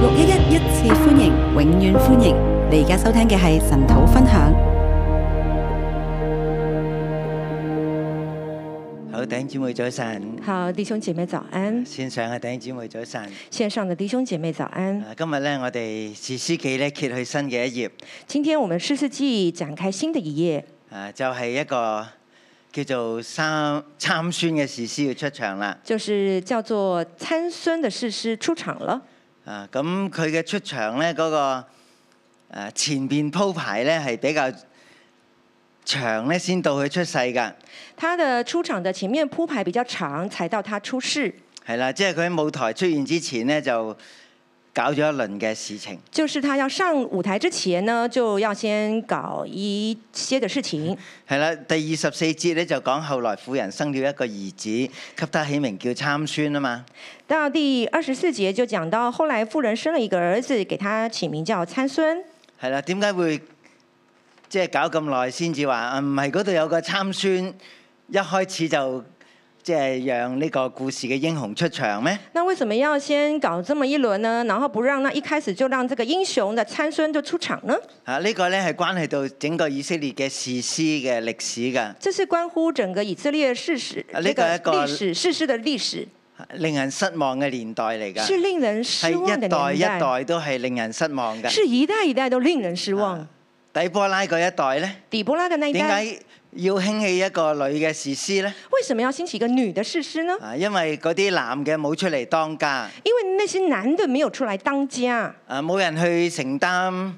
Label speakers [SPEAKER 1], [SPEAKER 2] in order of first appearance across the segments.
[SPEAKER 1] 六一一一次歡迎，永遠歡迎！你而家收聽嘅係神土分享。
[SPEAKER 2] 好，弟兄姊妹早晨，
[SPEAKER 3] 好，弟兄姐妹早安，
[SPEAKER 2] 線上啊嘅弟兄姊妹早晨。
[SPEAKER 3] 线上的弟兄姐妹早安。
[SPEAKER 2] 啊今日咧，我哋士師記咧揭去新嘅一頁，
[SPEAKER 3] 今天我們诗四記展開新的一頁，
[SPEAKER 2] 啊，就係、一個叫做三參孫嘅士師要出場啦。
[SPEAKER 3] 就是叫做參孫的士師出場了。
[SPEAKER 2] 啊，咁佢嘅出場咧，嗰、個、啊前邊鋪排咧係比較長咧，先到佢出世㗎。
[SPEAKER 3] 他的出場的前面鋪排比較長，才到他出世，
[SPEAKER 2] 係啦，即係佢喺舞台出現之前咧，就搞咗一輪嘅事情。
[SPEAKER 3] 就是他要上舞台之前呢，就要先搞一些的事情。
[SPEAKER 2] 係啦，第二十四節咧就講後來婦人生了一個兒子，給他起名叫參孫啊嘛。
[SPEAKER 3] 到第二十四節就講到，後來婦人生了一個兒子，給他起名叫參孫。
[SPEAKER 2] 係啦，點解會即係搞咁耐先至話啊？唔係嗰度有個參孫，一開始就即係讓呢個故事嘅英雄出場咩？
[SPEAKER 3] 那為什麼要先搞這麼一輪呢？然後不讓那一開始就讓這個英雄的參孫就出場呢？
[SPEAKER 2] 啊，呢、個咧係關係到整個以色列嘅士師嘅歷史㗎，
[SPEAKER 3] 这是關乎整個以色列事實，
[SPEAKER 2] 啊
[SPEAKER 3] 这
[SPEAKER 2] 呢個係一個
[SPEAKER 3] 歷史事實的歷史，
[SPEAKER 2] 令人失望嘅年代嚟
[SPEAKER 3] 是
[SPEAKER 2] 㗎，
[SPEAKER 3] 令人
[SPEAKER 2] 係
[SPEAKER 3] 失望的
[SPEAKER 2] 一代
[SPEAKER 3] 年代，
[SPEAKER 2] 一代都係令人失望㗎。
[SPEAKER 3] 是一代一代都令人失望。
[SPEAKER 2] 啊底波拉嗰一代咧，
[SPEAKER 3] 底波拉的那一
[SPEAKER 2] 點
[SPEAKER 3] 代，
[SPEAKER 2] 解要興起一個女嘅士師咧？
[SPEAKER 3] 為什麼要興起一個女的士師呢？
[SPEAKER 2] 啊，因為嗰啲男嘅冇出嚟當家。
[SPEAKER 3] 因為那些男的沒有出來當家，
[SPEAKER 2] 啊，冇人去承擔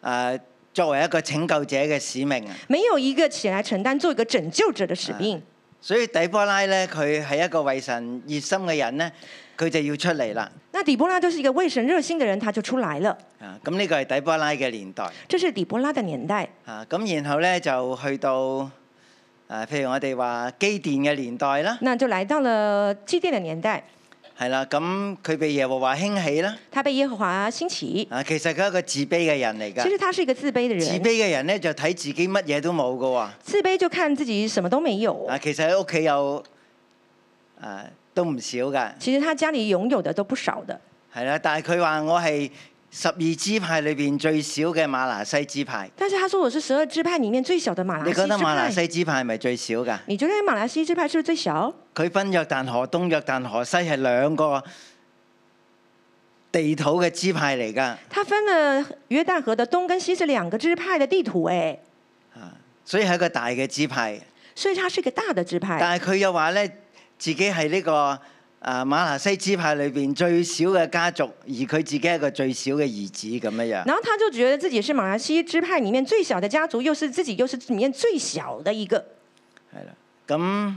[SPEAKER 2] 啊作為一個拯救者嘅使命啊！
[SPEAKER 3] 沒有一個起來承擔做一個拯救者的使命。
[SPEAKER 2] 所以底波拉咧，佢係一個為神熱心嘅人咧，佢就要出嚟啦。
[SPEAKER 3] 那底波拉就是一個為神熱心的人，他就出來了。
[SPEAKER 2] 啊，咁呢個係底波拉嘅年代
[SPEAKER 3] 這是底波拉的年代。
[SPEAKER 2] 啊。咁然後咧就去到啊，譬如我哋話基甸嘅年代啦，
[SPEAKER 3] 那就來到了基甸的年代，
[SPEAKER 2] 係啦，咁佢被耶和華興起啦。
[SPEAKER 3] 他被耶和華興起。
[SPEAKER 2] 啊，其實佢係一個自卑嘅人嚟
[SPEAKER 3] 其
[SPEAKER 2] 㗎。
[SPEAKER 3] 實他是一個自卑的
[SPEAKER 2] 自
[SPEAKER 3] 人，
[SPEAKER 2] 卑嘅人咧就睇自己乜嘢都冇㗎喎。
[SPEAKER 3] 自卑就看自己什麼都沒有。
[SPEAKER 2] 啊，其實喺屋企有啊都唔少㗎。
[SPEAKER 3] 其實他家裡擁有的都不少的，
[SPEAKER 2] 係啦，但係佢話我係十二支派裏邊最少嘅馬拿西支派。
[SPEAKER 3] 但是他說我是十二支派裡面最小的馬來
[SPEAKER 2] 你
[SPEAKER 3] 西
[SPEAKER 2] 覺
[SPEAKER 3] 支
[SPEAKER 2] 得馬拿
[SPEAKER 3] 派。
[SPEAKER 2] 西支派係咪最少㗎？
[SPEAKER 3] 你覺得馬來西支派是不是最小？
[SPEAKER 2] 佢分約旦河東、約旦河西係兩個地土嘅支派嚟㗎，
[SPEAKER 3] 他分了約旦河的東跟西是兩個支派的地圖，哎，
[SPEAKER 2] 所以係一個大嘅支派。
[SPEAKER 3] 所以它是一個大的支派。
[SPEAKER 2] 但係佢又話咧，自己係呢、個啊馬拿西支派裏邊最少嘅家族，而佢自己係一個最少嘅兒子咁樣樣。
[SPEAKER 3] 然後他就覺得自己是馬來西支派裡面最小的家族，又是自己又是裡面最小的一個。
[SPEAKER 2] 係啦，咁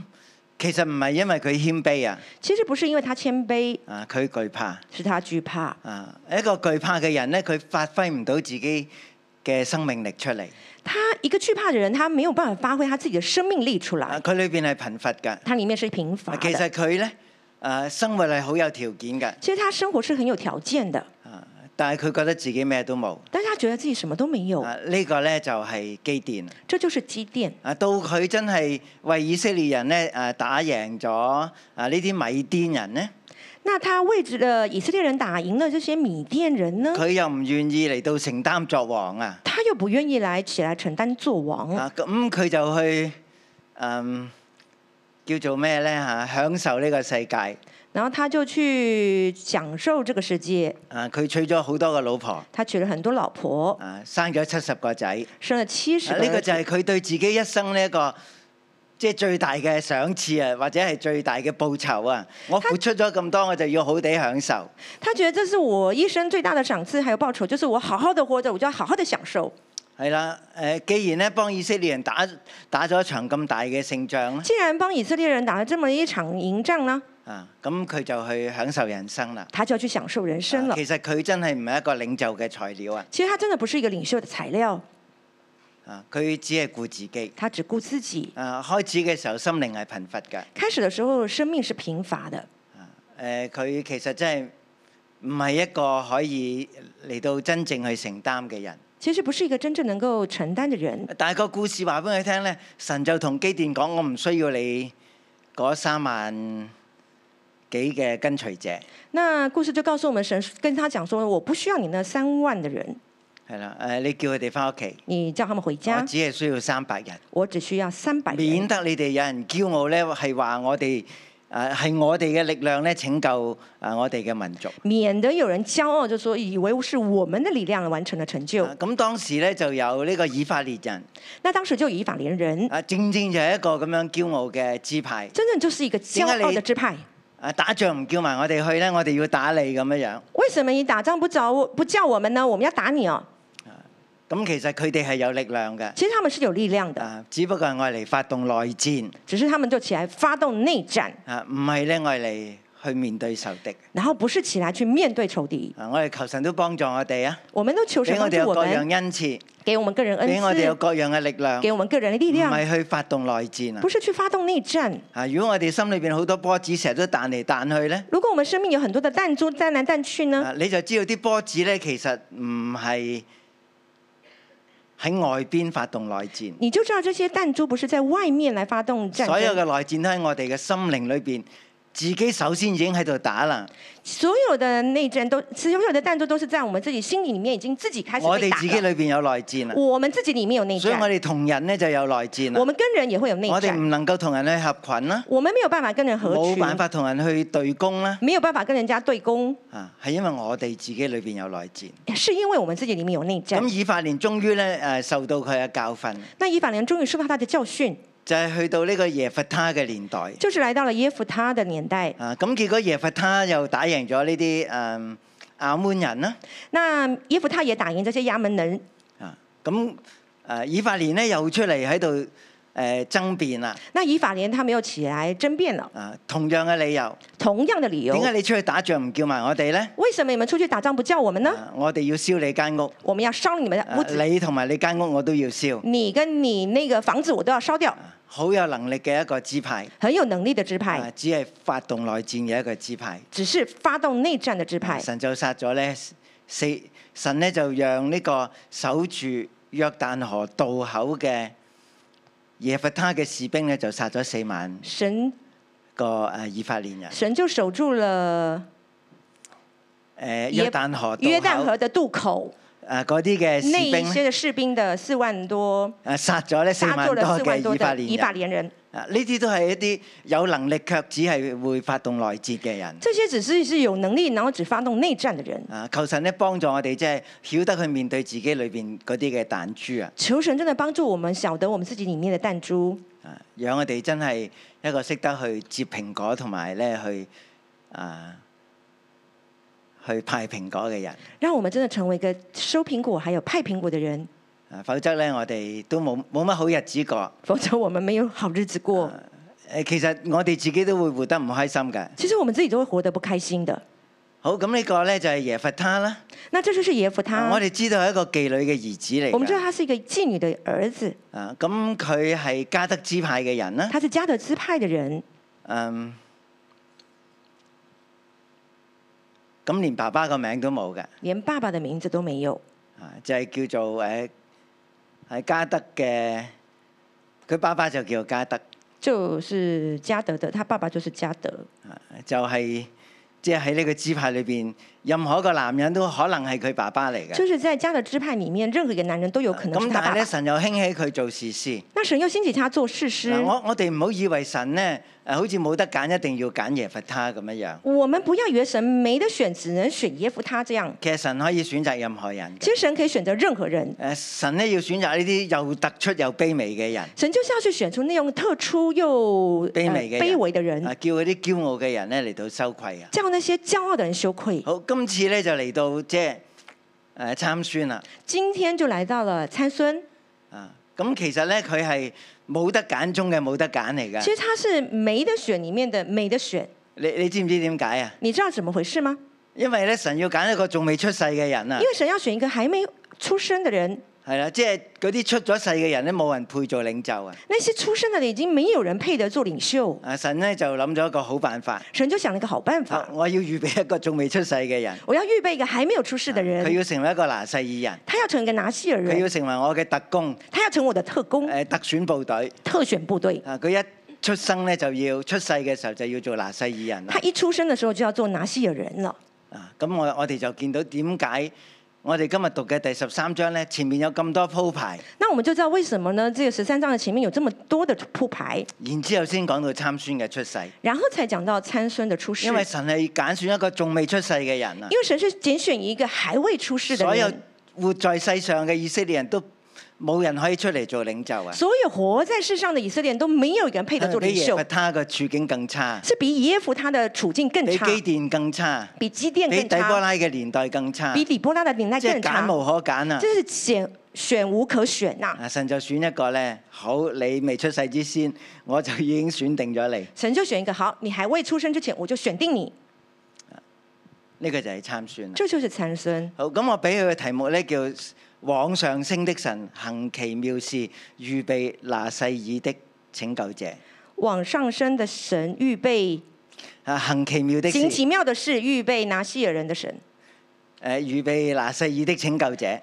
[SPEAKER 2] 其實唔係因為佢謙卑啊，
[SPEAKER 3] 其實不是因為他謙卑，
[SPEAKER 2] 啊佢懼怕。
[SPEAKER 3] 是他懼怕。
[SPEAKER 2] 啊，一個懼怕嘅人咧，佢發揮唔到自己嘅生命力出嚟。
[SPEAKER 3] 他一個懼怕的人，他沒有辦法發揮他自己的生命力出
[SPEAKER 2] 啊，
[SPEAKER 3] 來，
[SPEAKER 2] 佢裏邊係貧乏㗎。
[SPEAKER 3] 他裡面是貧乏
[SPEAKER 2] 啊
[SPEAKER 3] 的。
[SPEAKER 2] 其實佢咧，誒生活係好有條件㗎。
[SPEAKER 3] 其實他生活是很有條件的，
[SPEAKER 2] 啊，但係佢覺得自己咩都冇。
[SPEAKER 3] 但是他覺得自己什麼都沒有，
[SPEAKER 2] 啊，呢個咧就係基甸。
[SPEAKER 3] 這就是積澱。
[SPEAKER 2] 啊，到佢真係為以色列人咧誒打贏咗啊呢啲米甸人咧，
[SPEAKER 3] 那他為了以色列人打贏了這些米甸人呢，
[SPEAKER 2] 佢又唔願意嚟到承擔作王啊。
[SPEAKER 3] 他又不願意來起來承擔做王，
[SPEAKER 2] 啊，咁佢就去嗯叫做咩咧嚇，享受呢個世界。
[SPEAKER 3] 然後他就去享受這個世界。
[SPEAKER 2] 啊，佢娶咗好多個老婆。
[SPEAKER 3] 他娶了很多老婆，
[SPEAKER 2] 啊，生咗七十個仔，啊
[SPEAKER 3] 生了七十
[SPEAKER 2] 呢、
[SPEAKER 3] 個兒
[SPEAKER 2] 個
[SPEAKER 3] 子
[SPEAKER 2] 就。係佢對自己一生呢一個即係最大嘅賞賜啊，或者係最大嘅報酬啊！我付出咗咁多，我就要好地享受
[SPEAKER 3] 他覺得這是我一生最大的賞賜還有報酬，就是我好好的活着，我就要好好的享受。
[SPEAKER 2] 係啦。誒、既然咧幫以色列人打打咗一場咁大嘅勝仗咧，
[SPEAKER 3] 既然幫以色列人打了這麼一場贏仗呢，
[SPEAKER 2] 啊，咁佢就去享受人生啦。
[SPEAKER 3] 他就要去享受人生
[SPEAKER 2] 啊
[SPEAKER 3] 了。
[SPEAKER 2] 其實佢真係唔係一個領袖嘅材料啊！
[SPEAKER 3] 其實他真的不是一個領袖的材料，
[SPEAKER 2] 啊，佢只係顧自己。
[SPEAKER 3] 他只顧自己。
[SPEAKER 2] 啊，開始嘅時候心靈係貧乏㗎。
[SPEAKER 3] 開始的時候，生命是貧乏的，
[SPEAKER 2] 誒、佢其實真係唔係一個可以嚟到真正去承擔嘅人。
[SPEAKER 3] 其實不是一個真正能夠承擔的人。
[SPEAKER 2] 但係個故事話俾佢聽咧，神就同基甸講：我唔需要你嗰三萬幾嘅跟隨者，
[SPEAKER 3] 那故事就告訴我們，神跟他講說：“我不需要你那三萬的人，
[SPEAKER 2] 係啦，誒你叫佢哋翻屋企，
[SPEAKER 3] 你叫他們回
[SPEAKER 2] 我
[SPEAKER 3] 家，
[SPEAKER 2] 只係需要三百人，
[SPEAKER 3] 我只需要三百
[SPEAKER 2] 免
[SPEAKER 3] 人，
[SPEAKER 2] 得你哋有人驕傲咧，係話我哋誒係我哋嘅力量咧拯救誒我哋嘅民族。
[SPEAKER 3] 免得有人驕傲，就說以為是我們的力量完成了成就。
[SPEAKER 2] 啊咁當時咧就有呢個以法列人，
[SPEAKER 3] 那當時就以法連人，
[SPEAKER 2] 啊正正就係一個咁樣驕傲嘅支派。
[SPEAKER 3] 真正就是一個驕傲的支派。
[SPEAKER 2] 啊打仗唔叫埋我哋去咧，我哋要打你咁樣樣。
[SPEAKER 3] 為什麼你打仗不找我不叫我們呢？我們要打你哦。
[SPEAKER 2] 咁其實佢哋係有力量嘅，
[SPEAKER 3] 其實他們是有力量的，
[SPEAKER 2] 啊只不過係愛嚟發動內戰，
[SPEAKER 3] 只是他們就起來發動內戰，
[SPEAKER 2] 啊唔係咧愛嚟去面對仇敵。
[SPEAKER 3] 然後不是起來去面對仇敵。
[SPEAKER 2] 啊我哋求神都幫助我哋啊！
[SPEAKER 3] 我們都求神
[SPEAKER 2] 俾我
[SPEAKER 3] 幫助
[SPEAKER 2] 哋有各
[SPEAKER 3] 我
[SPEAKER 2] 樣
[SPEAKER 3] 們，
[SPEAKER 2] 恩賜，
[SPEAKER 3] 給我們個人恩
[SPEAKER 2] 俾我哋有嗯
[SPEAKER 3] 賜，
[SPEAKER 2] 各樣嘅力量，
[SPEAKER 3] 給我們個人的力
[SPEAKER 2] 唔
[SPEAKER 3] 量，
[SPEAKER 2] 係去發動內戰啊
[SPEAKER 3] 不！是去發動內戰。
[SPEAKER 2] 啊，如果我哋心裏邊好多波子，成日都彈嚟彈去咧，
[SPEAKER 3] 如果我們生命有很多的彈珠彈來彈去呢，
[SPEAKER 2] 啊，你就知道啲波子咧其實唔係喺外邊發動內戰，
[SPEAKER 3] 你就知道這些彈珠不是在外面來發動戰爭，
[SPEAKER 2] 所有嘅內戰都喺我哋嘅心靈裏邊，自己首先已經喺度打啦，
[SPEAKER 3] 所有的內戰都，所有的彈珠都是在我們自己心裡面已經自己開
[SPEAKER 2] 我
[SPEAKER 3] 始被
[SPEAKER 2] 哋
[SPEAKER 3] 打
[SPEAKER 2] 自己
[SPEAKER 3] 了。
[SPEAKER 2] 裏邊有內戰啦，
[SPEAKER 3] 我們自己裡面有內
[SPEAKER 2] 所以我
[SPEAKER 3] 戰，
[SPEAKER 2] 哋同人咧就有內戰
[SPEAKER 3] 我
[SPEAKER 2] 啦，
[SPEAKER 3] 們跟人也會有內
[SPEAKER 2] 我哋
[SPEAKER 3] 戰，
[SPEAKER 2] 唔能夠同人去合群啦，
[SPEAKER 3] 我們沒有辦法跟人合
[SPEAKER 2] 冇
[SPEAKER 3] 群，
[SPEAKER 2] 辦法同人去對攻啦，
[SPEAKER 3] 沒有辦法跟人家對攻，
[SPEAKER 2] 啊，係因為我哋自己裏邊有內戰。
[SPEAKER 3] 是因為我們自己裡面有內
[SPEAKER 2] 咁
[SPEAKER 3] 戰。
[SPEAKER 2] 以法蓮終於咧誒受到佢嘅教訓，
[SPEAKER 3] 那以法蓮終於受到他的教訓，
[SPEAKER 2] 就係、去到呢個耶弗他嘅年代
[SPEAKER 3] 就是來到了耶夫他的年代。
[SPEAKER 2] 啊！咁結果耶弗他又打贏咗呢啲誒亞門人啦
[SPEAKER 3] 那耶夫他也打贏這些亞門人，
[SPEAKER 2] 啊！咁誒、呃以法蓮咧又出嚟喺度誒爭辯啦
[SPEAKER 3] 那以法蓮他沒有起來爭辯了，
[SPEAKER 2] 啊！同樣嘅理由，
[SPEAKER 3] 同樣的理由
[SPEAKER 2] 點。解你出去打仗唔叫埋我哋咧？
[SPEAKER 3] 为什么你们出去打仗不叫我们呢？
[SPEAKER 2] 啊我哋要燒你間屋，
[SPEAKER 3] 我们要烧你们的
[SPEAKER 2] 啊
[SPEAKER 3] 屋子，
[SPEAKER 2] 你同埋你間屋我都要燒，
[SPEAKER 3] 你跟你那個房子我都要烧掉。
[SPEAKER 2] 好有能力嘅一個支派
[SPEAKER 3] 很有能力的支
[SPEAKER 2] 啊
[SPEAKER 3] 派，！
[SPEAKER 2] 只係發動內戰嘅一個支派。
[SPEAKER 3] 只是發動內戰的支派。
[SPEAKER 2] 神就殺咗咧四神咧就讓呢個守住約旦河渡口嘅耶弗他嘅士兵咧就殺咗四萬
[SPEAKER 3] 神
[SPEAKER 2] 個誒以法蓮人。誒、
[SPEAKER 3] 神就守住
[SPEAKER 2] 啊
[SPEAKER 3] 了耶
[SPEAKER 2] 呃約旦河渡口
[SPEAKER 3] 約旦河
[SPEAKER 2] 誒
[SPEAKER 3] 的渡口，
[SPEAKER 2] 嗰啲嘅士
[SPEAKER 3] 那一
[SPEAKER 2] 兵
[SPEAKER 3] 些
[SPEAKER 2] 咧
[SPEAKER 3] 的士兵的四萬多，
[SPEAKER 2] 誒殺咗咧四
[SPEAKER 3] 殺
[SPEAKER 2] 萬
[SPEAKER 3] 掉了
[SPEAKER 2] 多
[SPEAKER 3] 四
[SPEAKER 2] 嘅
[SPEAKER 3] 萬多
[SPEAKER 2] 以法
[SPEAKER 3] 的以法
[SPEAKER 2] 蓮人。
[SPEAKER 3] 連人。
[SPEAKER 2] 啊呢啲都係一啲有能力卻只係會發動內戰嘅人。
[SPEAKER 3] 這些只是是有能力，然後只發動內戰的人。
[SPEAKER 2] 啊！求神咧幫助我哋，即係曉得去面對自己裏邊嗰啲嘅彈珠啊！
[SPEAKER 3] 求神真的幫助我們曉得我們自己裡面的彈珠，
[SPEAKER 2] 啊，讓我哋真係一個識得去接蘋果同埋咧去啊去派蘋果嘅人
[SPEAKER 3] 讓我們真的成為一個收蘋果還有派蘋果的人，
[SPEAKER 2] 啊，否則咧我哋都冇冇乜好日子過。
[SPEAKER 3] 否則我們沒有好日子過。
[SPEAKER 2] 誒，其實我哋自己都會活得唔開心嘅。
[SPEAKER 3] 其實我們自己都會活得不開心的。
[SPEAKER 2] 好，咁呢個咧就係耶弗他啦。
[SPEAKER 3] 那這就是耶夫他
[SPEAKER 2] 啊，我哋知道係一個妓女嘅兒子嚟
[SPEAKER 3] 我們知道
[SPEAKER 2] 㗎。
[SPEAKER 3] 他是一個妓女的兒子，
[SPEAKER 2] 啊，咁佢係加德支派嘅人啦。
[SPEAKER 3] 他是加德支派的人，
[SPEAKER 2] 嗯。咁連爸爸個名都冇嘅。
[SPEAKER 3] 連爸爸的名字都沒有，
[SPEAKER 2] 啊，就係、叫做誒係加德嘅，佢爸爸就叫加德，
[SPEAKER 3] 就是加德的，他爸爸就是加德。
[SPEAKER 2] 啊就係即係喺呢個支派裏邊，任何一個男人都可能係佢爸爸嚟嘅。
[SPEAKER 3] 就是在加德支派裡面，任何一個男人都有可能
[SPEAKER 2] 呃咁
[SPEAKER 3] 是他
[SPEAKER 2] 但係
[SPEAKER 3] 爸
[SPEAKER 2] 咧，
[SPEAKER 3] 爸。
[SPEAKER 2] 神又興起佢做士師。
[SPEAKER 3] 那神又興起他做士師
[SPEAKER 2] 嗱，我我哋唔好以為神咧誒好似冇得揀，一定要揀耶弗他咁樣樣。
[SPEAKER 3] 我們不要以為神沒得選，只能選耶夫他這樣。
[SPEAKER 2] 其實神可以選擇任何人嘅。
[SPEAKER 3] 其實神可以選擇任何人，
[SPEAKER 2] 誒神咧要選擇呢啲又突出又卑微嘅人，
[SPEAKER 3] 神就是要去選出那種特出又呃
[SPEAKER 2] 卑微嘅人
[SPEAKER 3] 卑微的人，
[SPEAKER 2] 啊叫嗰啲驕傲嘅人咧嚟到羞愧啊！
[SPEAKER 3] 叫那些驕傲的人羞愧。
[SPEAKER 2] 好，今次咧就嚟到即係誒參孫啦。
[SPEAKER 3] 今天就來到了參孫，
[SPEAKER 2] 啊，咁其實咧佢係冇得揀中嘅，冇得揀嚟
[SPEAKER 3] 其
[SPEAKER 2] 㗎。
[SPEAKER 3] 實他是沒得選裡面的沒得選。
[SPEAKER 2] 你你知唔知點解啊？
[SPEAKER 3] 你知道怎麼回事嗎？
[SPEAKER 2] 因為咧神要揀一個仲未出世嘅人啊
[SPEAKER 3] 因，為神要選一個還沒出生的人，
[SPEAKER 2] 係啦，即係嗰啲出咗世嘅人咧冇人配做領袖啊。
[SPEAKER 3] 那些出生的人已經沒有人配得做領袖。
[SPEAKER 2] 啊，神咧就諗咗一個好辦法，
[SPEAKER 3] 神就想了一個好辦
[SPEAKER 2] 啊
[SPEAKER 3] 法，
[SPEAKER 2] 我要預備一個仲未出世嘅人，
[SPEAKER 3] 我要預備一個還沒有出世的
[SPEAKER 2] 佢
[SPEAKER 3] 人，
[SPEAKER 2] 要成為一個拿細耳人，
[SPEAKER 3] 他要成為一個拿西爾
[SPEAKER 2] 佢要
[SPEAKER 3] 人，
[SPEAKER 2] 成為我嘅特工，呃
[SPEAKER 3] 他要成為我的特工、
[SPEAKER 2] 誒特選部隊。
[SPEAKER 3] 特選部隊。
[SPEAKER 2] 哎啊，佢一出生咧就要出世嘅時候就要做拿細耳人啦
[SPEAKER 3] 他。一出生的时候就要做拿西尔人了。
[SPEAKER 2] 啊，咁我我哋就見到點解我哋今日讀嘅第十三章咧，前面有咁多鋪排，
[SPEAKER 3] 那我们就知道为什么呢？这个十三章的前面有这么多的铺排，
[SPEAKER 2] 然之後先講到參孫嘅出世，
[SPEAKER 3] 然后才讲到参孙的出世。
[SPEAKER 2] 因為神係揀選一個仲未出世嘅人啊
[SPEAKER 3] 因，为神是拣选一个还未出世的
[SPEAKER 2] 所有
[SPEAKER 3] 人，
[SPEAKER 2] 活在世上嘅以色列人都冇人可以出嚟做領袖啊，啊
[SPEAKER 3] 所有活在世上的以色列人都沒有一个人配得做
[SPEAKER 2] 比
[SPEAKER 3] 领
[SPEAKER 2] 耶
[SPEAKER 3] 袖
[SPEAKER 2] 弗，他嘅處境更差，
[SPEAKER 3] 是比耶夫他的处境更
[SPEAKER 2] 比
[SPEAKER 3] 差，
[SPEAKER 2] 基甸更差，
[SPEAKER 3] 比基甸
[SPEAKER 2] 比
[SPEAKER 3] 更
[SPEAKER 2] 底波
[SPEAKER 3] 差，
[SPEAKER 2] 拉嘅年代更差，
[SPEAKER 3] 比底波拉的年代
[SPEAKER 2] 即係
[SPEAKER 3] 更差
[SPEAKER 2] 揀，無可揀啊！
[SPEAKER 3] 真是选选无可选呐、
[SPEAKER 2] 啊！神就選一個咧，好你未出世之先，我就已經選定咗你，
[SPEAKER 3] 神就选一个好，你还未出生之前我就选定你，
[SPEAKER 2] 呢、個就係參孫啊啦。
[SPEAKER 3] 这就是参孙。
[SPEAKER 2] 好，咁我俾佢嘅題目咧叫《往上升的神行奇妙事，預備拿細耳的拯救者》。
[SPEAKER 3] 往上升的神预备
[SPEAKER 2] 啊，行奇妙的事，
[SPEAKER 3] 行
[SPEAKER 2] 誒、
[SPEAKER 3] 奇妙的事，预备拿西尔人的神，
[SPEAKER 2] 預備拿細耳的拯救者。呢、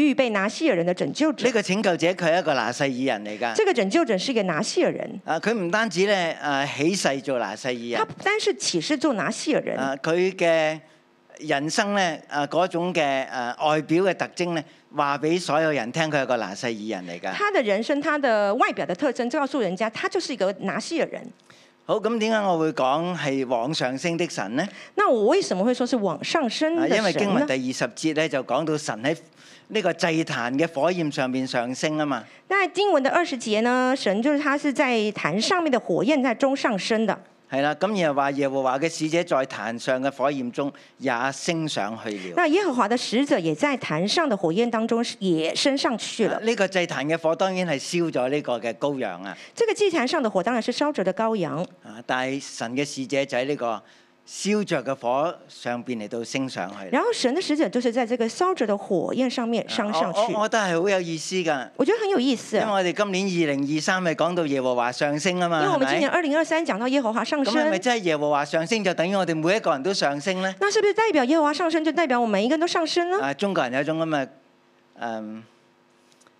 [SPEAKER 3] 预备拿西尔人的拯救者。
[SPEAKER 2] 個拯救者佢係一個拿細耳人嚟㗎。
[SPEAKER 3] 这个拯救者是一个拿西尔人，
[SPEAKER 2] 啊，佢唔單止咧啊起誓做拿細
[SPEAKER 3] 他
[SPEAKER 2] 耳
[SPEAKER 3] 不单是启示做拿西尔人
[SPEAKER 2] 人，，啊佢嘅人生咧啊嗰種嘅啊外表嘅特徵咧，話俾所有人聽佢係個拿細耳人嚟㗎。
[SPEAKER 3] 他的人生，他的外表的特征，就告诉人家他就是一个拿西尔人。
[SPEAKER 2] 好，咁點解我會講係往上升的神呢？
[SPEAKER 3] 那我为什么会说是往上升
[SPEAKER 2] 啊，
[SPEAKER 3] 的
[SPEAKER 2] 因為經
[SPEAKER 3] 神
[SPEAKER 2] 文
[SPEAKER 3] 呢
[SPEAKER 2] 第？二十節咧就講到神喺呢個祭壇嘅火焰上面上升啊嘛，
[SPEAKER 3] 那经文的二十节呢，神就是他是在坛上面的火焰在中上升的。
[SPEAKER 2] 係啦，咁然後話耶和華嘅使者在壇上嘅火焰中也升上去了。
[SPEAKER 3] 那耶和华的使者也在坛上的火焰当中也升上去
[SPEAKER 2] 啊
[SPEAKER 3] 了。
[SPEAKER 2] 呢個祭壇嘅火當然係燒咗呢個嘅羔羊啊，
[SPEAKER 3] 这个祭坛上的火当然是烧着的羔羊，
[SPEAKER 2] 啊但係神嘅使者就喺呢個燒着嘅火上邊嚟到升上去啦。
[SPEAKER 3] 然后神的使者就是在这个烧着的火焰上面升
[SPEAKER 2] 啊
[SPEAKER 3] 上去啊
[SPEAKER 2] 我。我我覺得係好有意思㗎，
[SPEAKER 3] 我覺得很有意思
[SPEAKER 2] 因為，我哋今年二零二三咪講到耶和華上升啊
[SPEAKER 3] 因
[SPEAKER 2] 嘛，
[SPEAKER 3] 为我
[SPEAKER 2] 係
[SPEAKER 3] 们今年
[SPEAKER 2] 咪？
[SPEAKER 3] 二零二三讲到耶和华上
[SPEAKER 2] 咁係咪
[SPEAKER 3] 升，
[SPEAKER 2] 真係耶和華上升就等於我哋每一個人都上升呢？
[SPEAKER 3] 那是不是代表耶和华上升就代表我们每一个人都上升呢？
[SPEAKER 2] 啊，中國人有一種咁嘅誒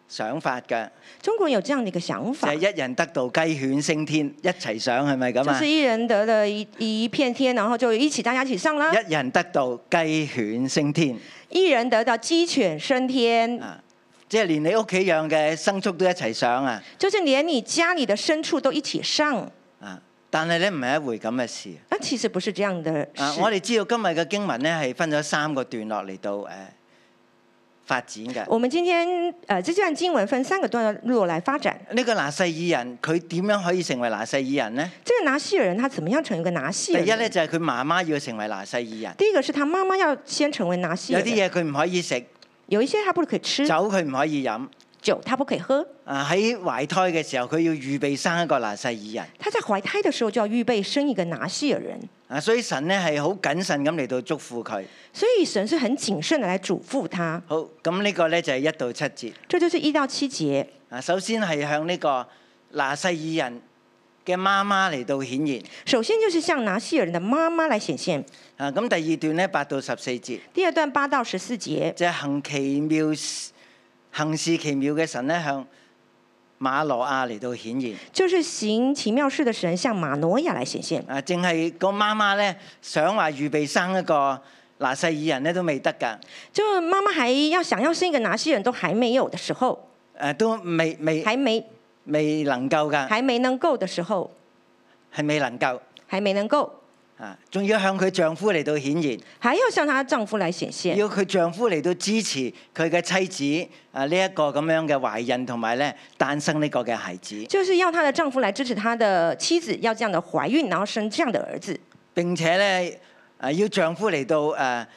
[SPEAKER 2] 想法嘅，
[SPEAKER 3] 中国人有这样的一个想
[SPEAKER 2] 就
[SPEAKER 3] 法，
[SPEAKER 2] 係一人得道雞犬升天，一齊上係咪咁
[SPEAKER 3] 就是
[SPEAKER 2] 啊？
[SPEAKER 3] 一人得了一一片天，然后就一起大家一起上啦。
[SPEAKER 2] 一人得道雞犬升天
[SPEAKER 3] 一人得到鸡犬升天，
[SPEAKER 2] 啊！即係連你屋企養嘅牲畜都一齊上啊！
[SPEAKER 3] 就是连你家里的牲畜都一起上。
[SPEAKER 2] 啊！但係咧唔係一回咁嘅事
[SPEAKER 3] 那其实不是这样的
[SPEAKER 2] 啊！我
[SPEAKER 3] 事。
[SPEAKER 2] 哋知道今日嘅經文咧係分咗三個段落嚟到誒、呃、發展嘅。
[SPEAKER 3] 我们今天呃这段经文分三个段落来发展。
[SPEAKER 2] 呢個拿細耳人佢點樣可以成為拿細耳人呢？
[SPEAKER 3] 这个拿西尔人他怎么样成为一个拿西
[SPEAKER 2] 第
[SPEAKER 3] 尔
[SPEAKER 2] 一
[SPEAKER 3] 人？
[SPEAKER 2] 咧就係佢媽媽要成為拿細耳人，
[SPEAKER 3] 第一个是他妈妈要先成为拿西
[SPEAKER 2] 有
[SPEAKER 3] 尔
[SPEAKER 2] 啲
[SPEAKER 3] 人，
[SPEAKER 2] 嘢佢唔可以食，酒
[SPEAKER 3] 有一些他不可以吃，
[SPEAKER 2] 佢唔可以飲。
[SPEAKER 3] 酒他不可以喝。
[SPEAKER 2] 啊喺懷胎嘅時候，佢要預備生一個拿細耳人
[SPEAKER 3] 他在怀胎的时候就要预备生一个拿西尔人，
[SPEAKER 2] 啊，所以神咧係好謹慎咁嚟到祝福佢。
[SPEAKER 3] 所以神是很谨慎的来嘱咐他。
[SPEAKER 2] 好，咁呢個咧就係一到七節
[SPEAKER 3] 这就是一到七节。
[SPEAKER 2] 啊。首先係向呢個拿細耳人嘅媽媽嚟到顯現
[SPEAKER 3] 首先就是向拿西尔人的妈妈来顯現。
[SPEAKER 2] 啊。咁第二段咧八到十四節，
[SPEAKER 3] 第二段八到十四节，
[SPEAKER 2] 即係行奇妙事行事奇妙嘅神咧向馬羅亞嚟到顯現
[SPEAKER 3] 就是行奇妙事的神向马挪亚来顯現。
[SPEAKER 2] 啊。淨係個媽媽咧想話預備生一個拿細耳人咧都未得㗎。
[SPEAKER 3] 就媽媽還要想要生一個拿西尔人都還沒有的時候，
[SPEAKER 2] 誒都未未
[SPEAKER 3] 還沒
[SPEAKER 2] 未能夠㗎，
[SPEAKER 3] 還沒能夠的時候，
[SPEAKER 2] 係未能夠。
[SPEAKER 3] 還沒能夠，
[SPEAKER 2] 啊，仲要向佢丈夫嚟到顯現，
[SPEAKER 3] 還要向她丈夫來顯現，
[SPEAKER 2] 要佢丈夫嚟到支持佢嘅妻子啊呢一個咁樣嘅懷孕同埋咧誕生呢個嘅孩子，
[SPEAKER 3] 就是要她的丈夫來支持她的妻子要這樣的懷孕，然後生這樣的兒子，
[SPEAKER 2] 並且咧啊要丈夫嚟到誒、啊、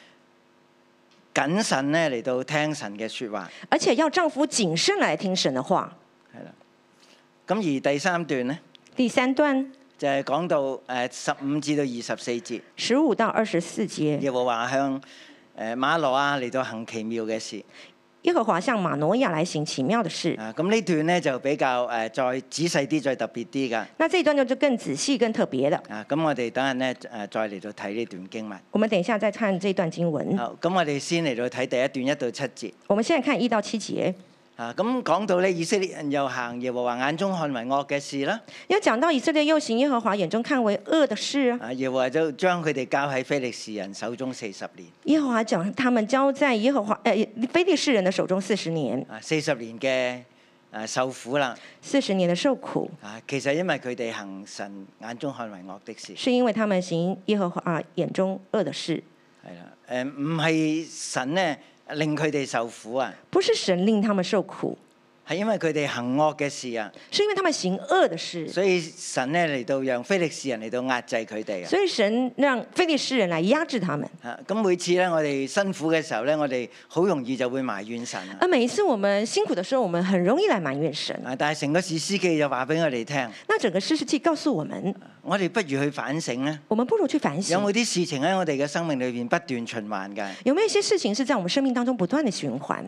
[SPEAKER 2] 謹慎咧嚟到聽神嘅説話，
[SPEAKER 3] 而且要丈夫謹慎來聽神的話。
[SPEAKER 2] 係啦。咁而第三段咧
[SPEAKER 3] 第三段
[SPEAKER 2] 就係、講到誒十五至到二十四節，
[SPEAKER 3] 十五到二十四節，
[SPEAKER 2] 耶和華向誒馬羅亞嚟到行奇妙嘅事
[SPEAKER 3] 耶和華向馬挪亞來行奇妙的事。
[SPEAKER 2] 啊。咁呢段咧就比較誒、呃再仔細啲、再特別啲㗎。
[SPEAKER 3] 那這一段就就更仔細、更特別了。
[SPEAKER 2] 啊，咁我哋等陣咧誒再嚟到睇呢段經文。
[SPEAKER 3] 我们等一下再看这段经文。
[SPEAKER 2] 好，咁我哋先嚟到睇第一段一到七節。
[SPEAKER 3] 我们现在看一到七节，
[SPEAKER 2] 啊，咁講到咧，以色列人又行耶和華眼中看為惡嘅事啦。
[SPEAKER 3] 又讲到以色列又行耶和華眼中看為惡的事啊，
[SPEAKER 2] 啊，耶和華就將佢哋交喺非利士人手中四十年。
[SPEAKER 3] 耶和華將他們交在耶和華呃非利士人的手中四十年，
[SPEAKER 2] 啊，四十年嘅誒受苦啦。
[SPEAKER 3] 四十年的受苦，
[SPEAKER 2] 啊，其實因為佢哋行神眼中看為惡的事，
[SPEAKER 3] 是因為他們行耶和華啊眼中惡的事，
[SPEAKER 2] 係啦，誒唔係神咧令佢哋受苦啊，
[SPEAKER 3] 不是神令他們受苦，
[SPEAKER 2] 係因為佢哋行惡嘅事啊，
[SPEAKER 3] 是因為他們行惡的事，
[SPEAKER 2] 所以神咧嚟到讓非利士人嚟到壓制佢哋啊。
[SPEAKER 3] 所以神讓非利士人來壓制他們。
[SPEAKER 2] 啊，咁每次咧我哋辛苦嘅時候咧，我哋好容易就會埋怨神啊。
[SPEAKER 3] 而每一次我們辛苦的時候，我們很容易來埋怨神。
[SPEAKER 2] 啊！但係成個史詩記就話俾我哋聽，
[SPEAKER 3] 那整個四世紀告訴我們，
[SPEAKER 2] 我哋不如去反省咧，
[SPEAKER 3] 我們不如去反
[SPEAKER 2] 有
[SPEAKER 3] 省，
[SPEAKER 2] 冇啲事情喺我哋嘅生命裏邊不斷循環㗎，
[SPEAKER 3] 有沒有一些事情是在我們生命當中不斷的循環，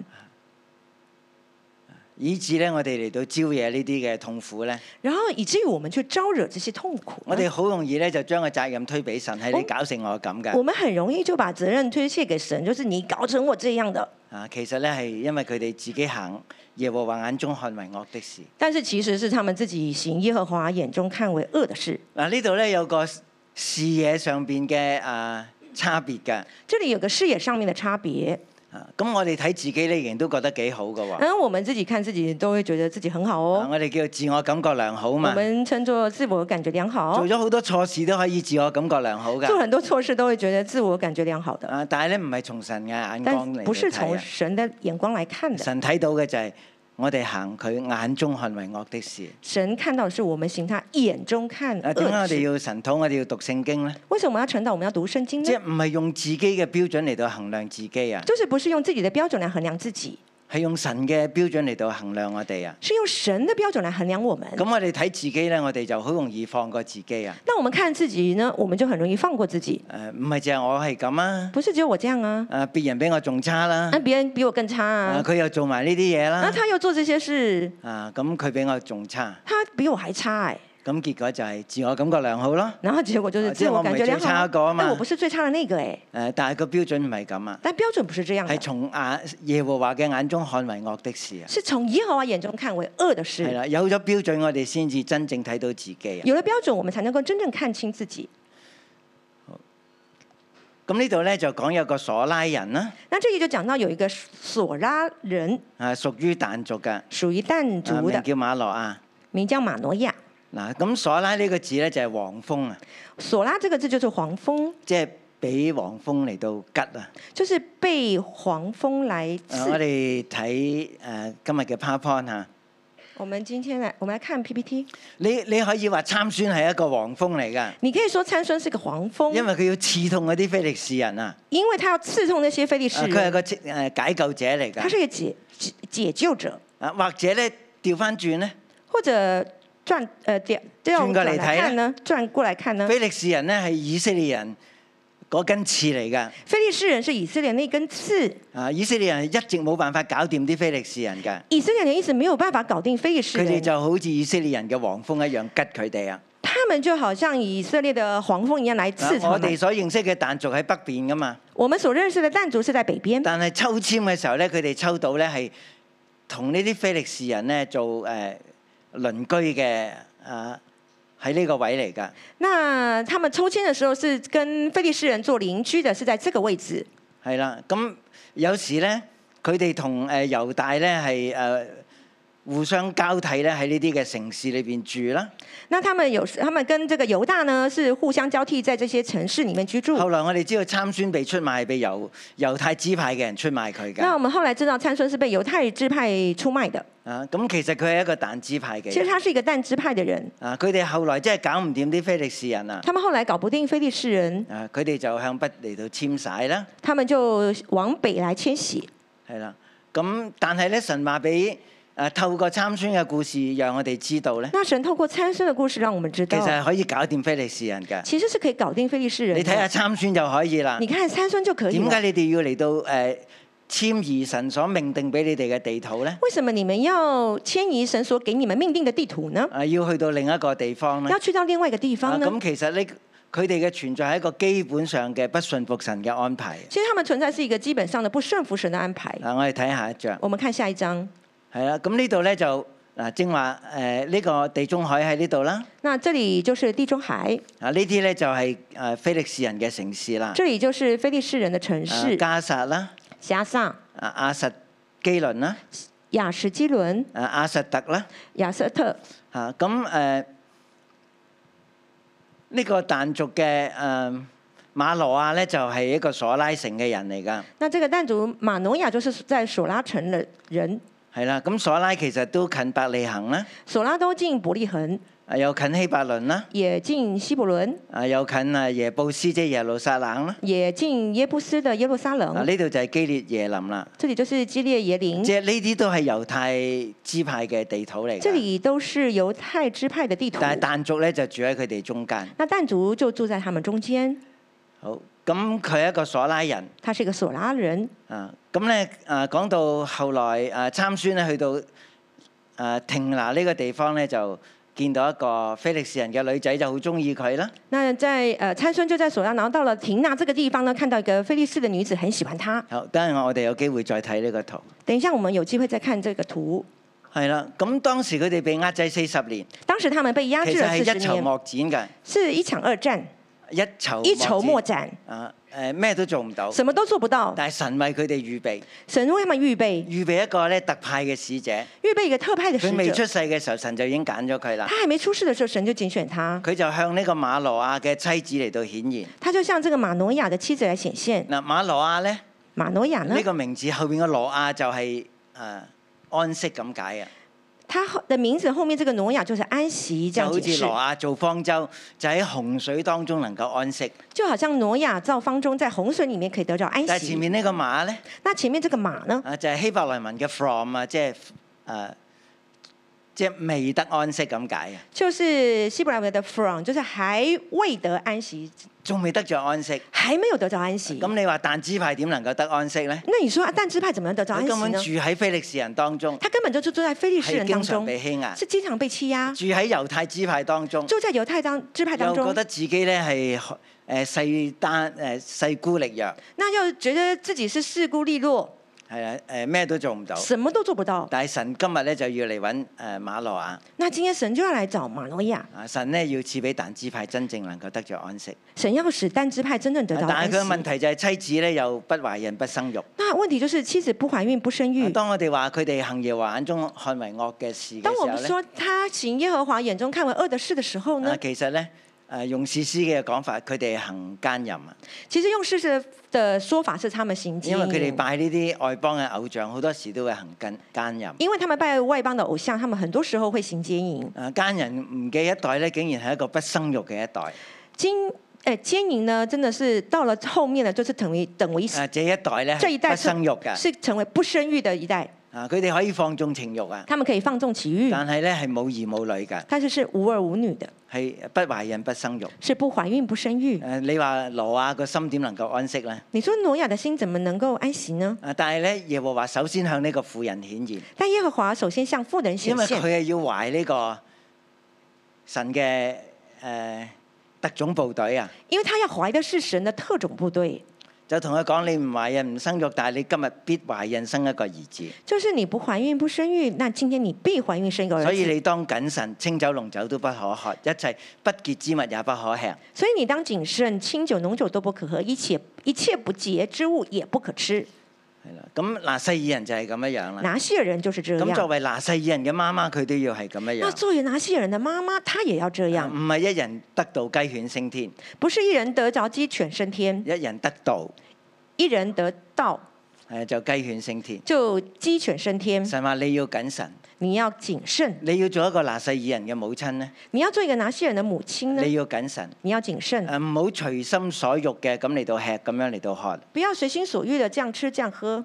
[SPEAKER 2] 以致咧我哋嚟到招惹呢啲嘅痛苦咧。
[SPEAKER 3] 然後以至於我們去招惹這些痛苦呢？
[SPEAKER 2] 我哋好容易咧就將個責任推俾神，係你搞成我咁
[SPEAKER 3] 我
[SPEAKER 2] 㗎。
[SPEAKER 3] 們很容易就把責任推卸給神，就是你搞成我這樣的。
[SPEAKER 2] 啊，其實咧係因為佢哋自己行耶和華眼中看為惡的事。
[SPEAKER 3] 但是其實是他們自己行耶和華眼中看為惡的事。
[SPEAKER 2] 嗱呢度咧有個視野上邊嘅啊差別㗎。
[SPEAKER 3] 這裡有個視野上面的差別，
[SPEAKER 2] 啊，咁我哋睇自己咧，仍然都覺得幾好㗎喎。啊
[SPEAKER 3] 嗯，我們自己看自己都會覺得自己很好哦，
[SPEAKER 2] 我哋叫自我感覺良好
[SPEAKER 3] 我
[SPEAKER 2] 嘛，
[SPEAKER 3] 們稱作自我感覺良好
[SPEAKER 2] 做，咗好多錯事都可以自我感覺良好
[SPEAKER 3] 做
[SPEAKER 2] 㗎。
[SPEAKER 3] 很多錯事都會覺得自我感覺良好的，
[SPEAKER 2] 啊，但係咧唔係從神嘅眼光
[SPEAKER 3] 但
[SPEAKER 2] 嚟
[SPEAKER 3] 不是
[SPEAKER 2] 到睇
[SPEAKER 3] 從
[SPEAKER 2] 啊
[SPEAKER 3] 神的眼光來看的。
[SPEAKER 2] 神睇到嘅就係我哋行佢眼中看為惡的事。
[SPEAKER 3] 神看到的是我們行他眼中看
[SPEAKER 2] 啊，
[SPEAKER 3] 惡
[SPEAKER 2] 點解我哋
[SPEAKER 3] 的事。
[SPEAKER 2] 要神討？我哋要讀聖經咧？
[SPEAKER 3] 為什麼我們要晨禱？我們要讀聖經
[SPEAKER 2] 即
[SPEAKER 3] 呢？
[SPEAKER 2] 係唔係用自己嘅標準嚟到衡量自己啊，
[SPEAKER 3] 嗯就是不是用自己的標準來衡量自己，
[SPEAKER 2] 係用神嘅標準嚟到衡量我哋啊。
[SPEAKER 3] 是用神的標準來衡量我們。
[SPEAKER 2] 咁我哋睇自己呢，我哋就好容易放過自己啊。
[SPEAKER 3] 那我們看自己呢，我們就很容易放過自己。
[SPEAKER 2] 誒、唔係淨係我係咁啊，
[SPEAKER 3] 不是只有我這樣啊，
[SPEAKER 2] 誒、別人比我仲差啦，
[SPEAKER 3] 那別人比我更差
[SPEAKER 2] 嗯啊
[SPEAKER 3] 啊，
[SPEAKER 2] 佢又做埋呢啲嘢
[SPEAKER 3] 那
[SPEAKER 2] 啦，
[SPEAKER 3] 啊他又做這些事，
[SPEAKER 2] 啊咁佢比我仲差，
[SPEAKER 3] 他比我還差哎、
[SPEAKER 2] 咁結果就係自我感覺良好咯。
[SPEAKER 3] 然後結果就是
[SPEAKER 2] 啊
[SPEAKER 3] 自我感覺良
[SPEAKER 2] 即係我唔係最差
[SPEAKER 3] 好
[SPEAKER 2] 嗰個啊，嘛
[SPEAKER 3] 但我不是最差的那個哎、
[SPEAKER 2] 誒、但係個標準唔係咁啊，
[SPEAKER 3] 但標準不是這樣
[SPEAKER 2] 係
[SPEAKER 3] 的，
[SPEAKER 2] 從眼耶和華嘅眼中看為惡的事啊。
[SPEAKER 3] 是從耶和華眼中看為惡的
[SPEAKER 2] 係
[SPEAKER 3] 事。
[SPEAKER 2] 啦，有咗標準，我哋先至真正睇到自己啊。
[SPEAKER 3] 有了標準，我們才能夠真正看清自己。
[SPEAKER 2] 咁呢度呢，就講有個所拉人啦，
[SPEAKER 3] 那這裡就講到有一個索拉人，
[SPEAKER 2] 啊，屬於但族嘅。
[SPEAKER 3] 屬於但
[SPEAKER 2] 啊
[SPEAKER 3] 族
[SPEAKER 2] 名
[SPEAKER 3] 的，
[SPEAKER 2] 叫馬諾啊。
[SPEAKER 3] 名叫馬挪亞。
[SPEAKER 2] 嗱，咁索拉呢個字咧就係黃蜂啊，
[SPEAKER 3] 索拉這個字就是黃蜂，
[SPEAKER 2] 即係俾黃蜂嚟到吉啊。
[SPEAKER 3] 就是被黃蜂來
[SPEAKER 2] 啊我
[SPEAKER 3] 刺。
[SPEAKER 2] 哋睇誒今日嘅 PowerPoint 嚇，
[SPEAKER 3] 我們今天來，我們來看 PPT。
[SPEAKER 2] 你你可以話參孫係一個黃蜂嚟㗎，
[SPEAKER 3] 你可以說參孫是個黃蜂，
[SPEAKER 2] 因為佢要刺痛嗰啲非利士人啊，
[SPEAKER 3] 因為他要刺痛那些非利
[SPEAKER 2] 啊
[SPEAKER 3] 士
[SPEAKER 2] 佢係
[SPEAKER 3] 人，
[SPEAKER 2] 個即誒解救者嚟㗎。
[SPEAKER 3] 他是一個解解解救者，
[SPEAKER 2] 啊，或者咧調翻轉咧，
[SPEAKER 3] 或者轉呃調
[SPEAKER 2] 轉
[SPEAKER 3] 調
[SPEAKER 2] 過
[SPEAKER 3] 過
[SPEAKER 2] 嚟睇
[SPEAKER 3] 來
[SPEAKER 2] 呢
[SPEAKER 3] 看呢，轉過來看呢，
[SPEAKER 2] 非利士人咧係以色列人嗰根刺嚟㗎。
[SPEAKER 3] 非利士人是以色列那根刺，
[SPEAKER 2] 啊，以色列人一直冇辦法搞掂啲非利士人㗎，
[SPEAKER 3] 以色列人一直沒有辦法搞定非利士
[SPEAKER 2] 佢哋
[SPEAKER 3] 人，
[SPEAKER 2] 就好似以色列人嘅黃蜂一樣吉佢哋啊。
[SPEAKER 3] 他們就好像以色列的黃蜂一樣來刺
[SPEAKER 2] 嗱
[SPEAKER 3] 他
[SPEAKER 2] 我哋
[SPEAKER 3] 們。
[SPEAKER 2] 所認識嘅但族喺北邊噶嘛，
[SPEAKER 3] 我們所認識的但族是在北邊，
[SPEAKER 2] 但係抽籤嘅時候咧，佢哋抽到咧係同呢啲非利士人咧做誒、呃、鄰居嘅啊，喺呢個位嚟㗎。
[SPEAKER 3] 那他們抽籤的時候是跟非利士人做鄰居的，是在這個位置。
[SPEAKER 2] 係啦。咁有時咧，佢哋同誒猶大咧係誒互相交替咧喺呢啲嘅城市裏邊住啦。
[SPEAKER 3] 那他們有時，他們跟這個猶大呢是互相交替在這些城市裡面居住。
[SPEAKER 2] 後來我哋知道參孫被出賣，被猶猶太支派嘅人出賣佢
[SPEAKER 3] 那
[SPEAKER 2] 㗎。
[SPEAKER 3] 我們後來知道參孫是被猶太支派出賣的，
[SPEAKER 2] 啊，咁其實佢係一個但支派嘅
[SPEAKER 3] 其實
[SPEAKER 2] 人。
[SPEAKER 3] 他是一個但支派的人。
[SPEAKER 2] 啊，佢哋後來真係搞唔掂啲非利士人啊！
[SPEAKER 3] 他們後來搞不定非利士人，
[SPEAKER 2] 啊，佢哋就向北嚟到遷徙啦，
[SPEAKER 3] 他們就往北來遷徙。
[SPEAKER 2] 係啦。咁但係咧，神話俾誒透過參孫嘅故事，讓我哋知道咧，
[SPEAKER 3] 那神透過參孫的故事讓我們嗯知
[SPEAKER 2] 其實
[SPEAKER 3] 道，啊
[SPEAKER 2] 係可以搞掂非利士人嘅。
[SPEAKER 3] 其實是可以搞定非利士人
[SPEAKER 2] 你
[SPEAKER 3] 的。
[SPEAKER 2] 睇下參孫就可以啦
[SPEAKER 3] 你。看參孫就可以
[SPEAKER 2] 點解
[SPEAKER 3] 了。
[SPEAKER 2] 你哋要嚟到誒遷移神所命定俾你哋嘅地土咧？
[SPEAKER 3] 為什麼你們要遷移神所給你們命定的地圖呢？
[SPEAKER 2] 啊，要去到另一個地方咧
[SPEAKER 3] 要？去到另外一個地
[SPEAKER 2] 啊，
[SPEAKER 3] 方呢？
[SPEAKER 2] 咁其實呢，佢哋嘅存在係一個基本上嘅不信服神嘅安排。
[SPEAKER 3] 其實他們存在是一個基本上的不順服神的安排。
[SPEAKER 2] 啊，我哋睇下一章。
[SPEAKER 3] 我們看下一章，
[SPEAKER 2] 係啦，咁呢度咧就嗱，正話誒呢個地中海喺呢度啦，
[SPEAKER 3] 那这里就是地中海，
[SPEAKER 2] 啊呢啲咧就係誒菲力士人嘅城市啦，
[SPEAKER 3] 这里就是非利士人的城
[SPEAKER 2] 啊
[SPEAKER 3] 市
[SPEAKER 2] 加薩啦，
[SPEAKER 3] 加萨、
[SPEAKER 2] 啊阿實基倫啦，
[SPEAKER 3] 雅什基伦、
[SPEAKER 2] 啊阿實特啦，
[SPEAKER 3] 雅瑟特。
[SPEAKER 2] 嚇咁誒呢個但族嘅誒馬羅亞咧就係一個索拉城嘅人嚟㗎，
[SPEAKER 3] 那这个但族马农亚就是在索拉城的人，
[SPEAKER 2] 係啦，咁索拉其實都近伯利恆啦，
[SPEAKER 3] 索拉都进伯利恒，
[SPEAKER 2] 啊又近希伯倫啦，
[SPEAKER 3] 也进希伯伦，
[SPEAKER 2] 啊又近啊耶布斯即係耶路撒冷啦，
[SPEAKER 3] 也进耶布斯的耶路撒
[SPEAKER 2] 啊
[SPEAKER 3] 冷。
[SPEAKER 2] 呢度就係基列耶林啦。
[SPEAKER 3] 这里就是基列耶林，
[SPEAKER 2] 即係呢啲都係猶太支派嘅地土嚟㗎。
[SPEAKER 3] 这里都是犹太支派的地图。
[SPEAKER 2] 但係但族咧就住喺佢哋中間。
[SPEAKER 3] 那但族就住在他们中间，
[SPEAKER 2] 好，咁佢係一個索拉人
[SPEAKER 3] 他是一个索拉人。
[SPEAKER 2] 啊。咁咧啊，講到後來啊，參孫咧去到啊廷拿呢個地方咧，就見到一個菲力士人嘅女仔，就好中意佢啦。
[SPEAKER 3] 那在呃参孙就在索拉，然后到了廷纳这个地方呢，看到一个菲利士的女子很喜欢他。
[SPEAKER 2] 好，等陣我哋有機會再睇呢個圖。
[SPEAKER 3] 等一下我们有机会再看这个图。
[SPEAKER 2] 係啦，咁當時佢哋被壓制四十年，
[SPEAKER 3] 当时他们被压
[SPEAKER 2] 其
[SPEAKER 3] 制
[SPEAKER 2] 實
[SPEAKER 3] 了
[SPEAKER 2] 係
[SPEAKER 3] 四
[SPEAKER 2] 一
[SPEAKER 3] 十
[SPEAKER 2] 籌
[SPEAKER 3] 年，
[SPEAKER 2] 莫展
[SPEAKER 3] 是一场二战，
[SPEAKER 2] 㗎，一籌
[SPEAKER 3] 一筹莫展，
[SPEAKER 2] 啊誒咩都做唔到，
[SPEAKER 3] 什么都做不到。
[SPEAKER 2] 但係神為佢哋預備。
[SPEAKER 3] 神为他们预备，
[SPEAKER 2] 預備一個咧特派嘅使者，
[SPEAKER 3] 预备一个特派的使
[SPEAKER 2] 佢未出
[SPEAKER 3] 者。
[SPEAKER 2] 世嘅時候，神就已經揀咗佢啦。
[SPEAKER 3] 他还没出世的时候，神就拣选他，
[SPEAKER 2] 佢就向呢個馬羅亞嘅妻子嚟到顯現。
[SPEAKER 3] 他就向这个馬挪亚的妻子来显现。
[SPEAKER 2] 嗱，馬羅亞咧
[SPEAKER 3] 馬挪亚呢
[SPEAKER 2] 呢、個，名字後邊嘅羅亞就係、啊安息咁解啊，
[SPEAKER 3] 他后的名字后面这个挪亚就是安息，
[SPEAKER 2] 就
[SPEAKER 3] 这样
[SPEAKER 2] 好
[SPEAKER 3] 解
[SPEAKER 2] 似
[SPEAKER 3] 释
[SPEAKER 2] 羅，亞做方舟，就喺洪水當中能夠安息。
[SPEAKER 3] 就好像挪亚造方中在洪水里面可以得到安
[SPEAKER 2] 但係前
[SPEAKER 3] 息。
[SPEAKER 2] 面呢個馬咧
[SPEAKER 3] 那前面这个马呢，
[SPEAKER 2] 啊就係、希伯來文嘅 from 啊，即係啊即係未得安息咁解啊，
[SPEAKER 3] 就是希伯来文的 from，就是还未得安息，
[SPEAKER 2] 仲未得着安息。
[SPEAKER 3] 还没有得到安息。
[SPEAKER 2] 咁你話但支派點能夠得安息咧？
[SPEAKER 3] 那你说啊，但支派怎么能得到安
[SPEAKER 2] 佢根
[SPEAKER 3] 息
[SPEAKER 2] 本
[SPEAKER 3] 呢？
[SPEAKER 2] 住喺非利士人當中。
[SPEAKER 3] 他根本就住在非利士
[SPEAKER 2] 係
[SPEAKER 3] 人当
[SPEAKER 2] 經常
[SPEAKER 3] 中，
[SPEAKER 2] 被欺壓，
[SPEAKER 3] 是经常被欺压，
[SPEAKER 2] 住喺猶太支派當中，
[SPEAKER 3] 住在犹太当支派当
[SPEAKER 2] 又
[SPEAKER 3] 中
[SPEAKER 2] 覺。得自己咧係呃誒勢單誒勢呃孤力弱，
[SPEAKER 3] 那又觉得自己是势孤力弱，
[SPEAKER 2] 係啊誒咩都做唔到。
[SPEAKER 3] 什么都做不到。
[SPEAKER 2] 但係神今日咧就要嚟揾誒馬諾亞，
[SPEAKER 3] 那今天神就要来找马诺亚，
[SPEAKER 2] 啊神咧要賜俾但支派真正能夠得着安息。啊
[SPEAKER 3] 神要使但支派真正得到安
[SPEAKER 2] 但係佢嘅問
[SPEAKER 3] 息。
[SPEAKER 2] 題就係妻子咧又不懷孕不生育。啊
[SPEAKER 3] 那问题就是妻子不怀孕不生育。
[SPEAKER 2] 當我哋話佢哋行耶和華眼中看為惡嘅事嘅
[SPEAKER 3] 当我们
[SPEAKER 2] 時候
[SPEAKER 3] 说他行耶和华眼中看为恶的事的时候
[SPEAKER 2] 咧，
[SPEAKER 3] 呢
[SPEAKER 2] 啊，其實咧誒用士師嘅講法，佢哋行奸淫啊，
[SPEAKER 3] 其實用事實的说法是他们行奸
[SPEAKER 2] 因為佢哋
[SPEAKER 3] 淫，
[SPEAKER 2] 拜呢啲外邦嘅偶像，好多時都會行奸奸淫。
[SPEAKER 3] 因为他们拜外邦的偶像，他们很多时候会行奸淫。
[SPEAKER 2] 啊，奸人唔嘅一代咧，竟然係一個不生育嘅一代。啊
[SPEAKER 3] 奸诶奸淫呢，真的是到了后面呢，就是等于等为
[SPEAKER 2] 啊，這一代咧
[SPEAKER 3] 这
[SPEAKER 2] 係
[SPEAKER 3] 一代
[SPEAKER 2] 不
[SPEAKER 3] 是
[SPEAKER 2] 生育嘅。
[SPEAKER 3] 是成为不生育的一代，
[SPEAKER 2] 啊，佢哋可以放縱情慾啊，
[SPEAKER 3] 他们可以放纵情欲，
[SPEAKER 2] 但係咧係冇兒冇女㗎，
[SPEAKER 3] 但是是无儿无女的。
[SPEAKER 2] 係不懷孕不生育。
[SPEAKER 3] 是不怀孕不生育
[SPEAKER 2] 誒、。你話羅亞個心點能夠安息咧？
[SPEAKER 3] 你说挪亚的心怎么能够安息呢？
[SPEAKER 2] 啊，但係咧耶和華首先向呢個婦人顯現，
[SPEAKER 3] 但耶和華首先向富人
[SPEAKER 2] 因
[SPEAKER 3] 显
[SPEAKER 2] 為佢
[SPEAKER 3] 现，
[SPEAKER 2] 係要懷呢個神嘅誒、特種部隊啊，
[SPEAKER 3] 因为他要怀的是神的特种部队，
[SPEAKER 2] 就同佢講：你唔懷孕唔生育，但係你今日必懷孕生一個兒子，
[SPEAKER 3] 就是你不怀孕不生育，那今天你必怀孕生一个儿
[SPEAKER 2] 所以
[SPEAKER 3] 子。
[SPEAKER 2] 你當謹慎，清酒濃酒都不可喝，一切不潔之物也不可吃。
[SPEAKER 3] 所以你当谨慎，清酒浓酒都不可喝，一切一切不洁之物也不可吃。
[SPEAKER 2] 係啦，咁拿西爾人就係咁樣樣啦。
[SPEAKER 3] 拿西尔人就是这
[SPEAKER 2] 咁作
[SPEAKER 3] 样。
[SPEAKER 2] 為拿西爾人嘅媽媽，佢都要係咁樣
[SPEAKER 3] 那
[SPEAKER 2] 樣，
[SPEAKER 3] 作为拿西尔人的妈妈，她也要这样，
[SPEAKER 2] 唔係一人得道雞犬升天，
[SPEAKER 3] 不是一人得着鸡犬升天，
[SPEAKER 2] 一人得道
[SPEAKER 3] 一人得道
[SPEAKER 2] 誒就雞犬升天。
[SPEAKER 3] 就鸡犬升天。
[SPEAKER 2] 神話你要謹慎，
[SPEAKER 3] 你要谨慎，
[SPEAKER 2] 你要做一個拿西爾人嘅母親咧，
[SPEAKER 3] 你要做一个拿西尔人的母亲呢，
[SPEAKER 2] 你要謹慎，
[SPEAKER 3] 你要谨慎。
[SPEAKER 2] 誒唔好隨心所欲嘅咁嚟到吃，咁樣嚟到喝。
[SPEAKER 3] 不要随心所欲的这样吃这样喝。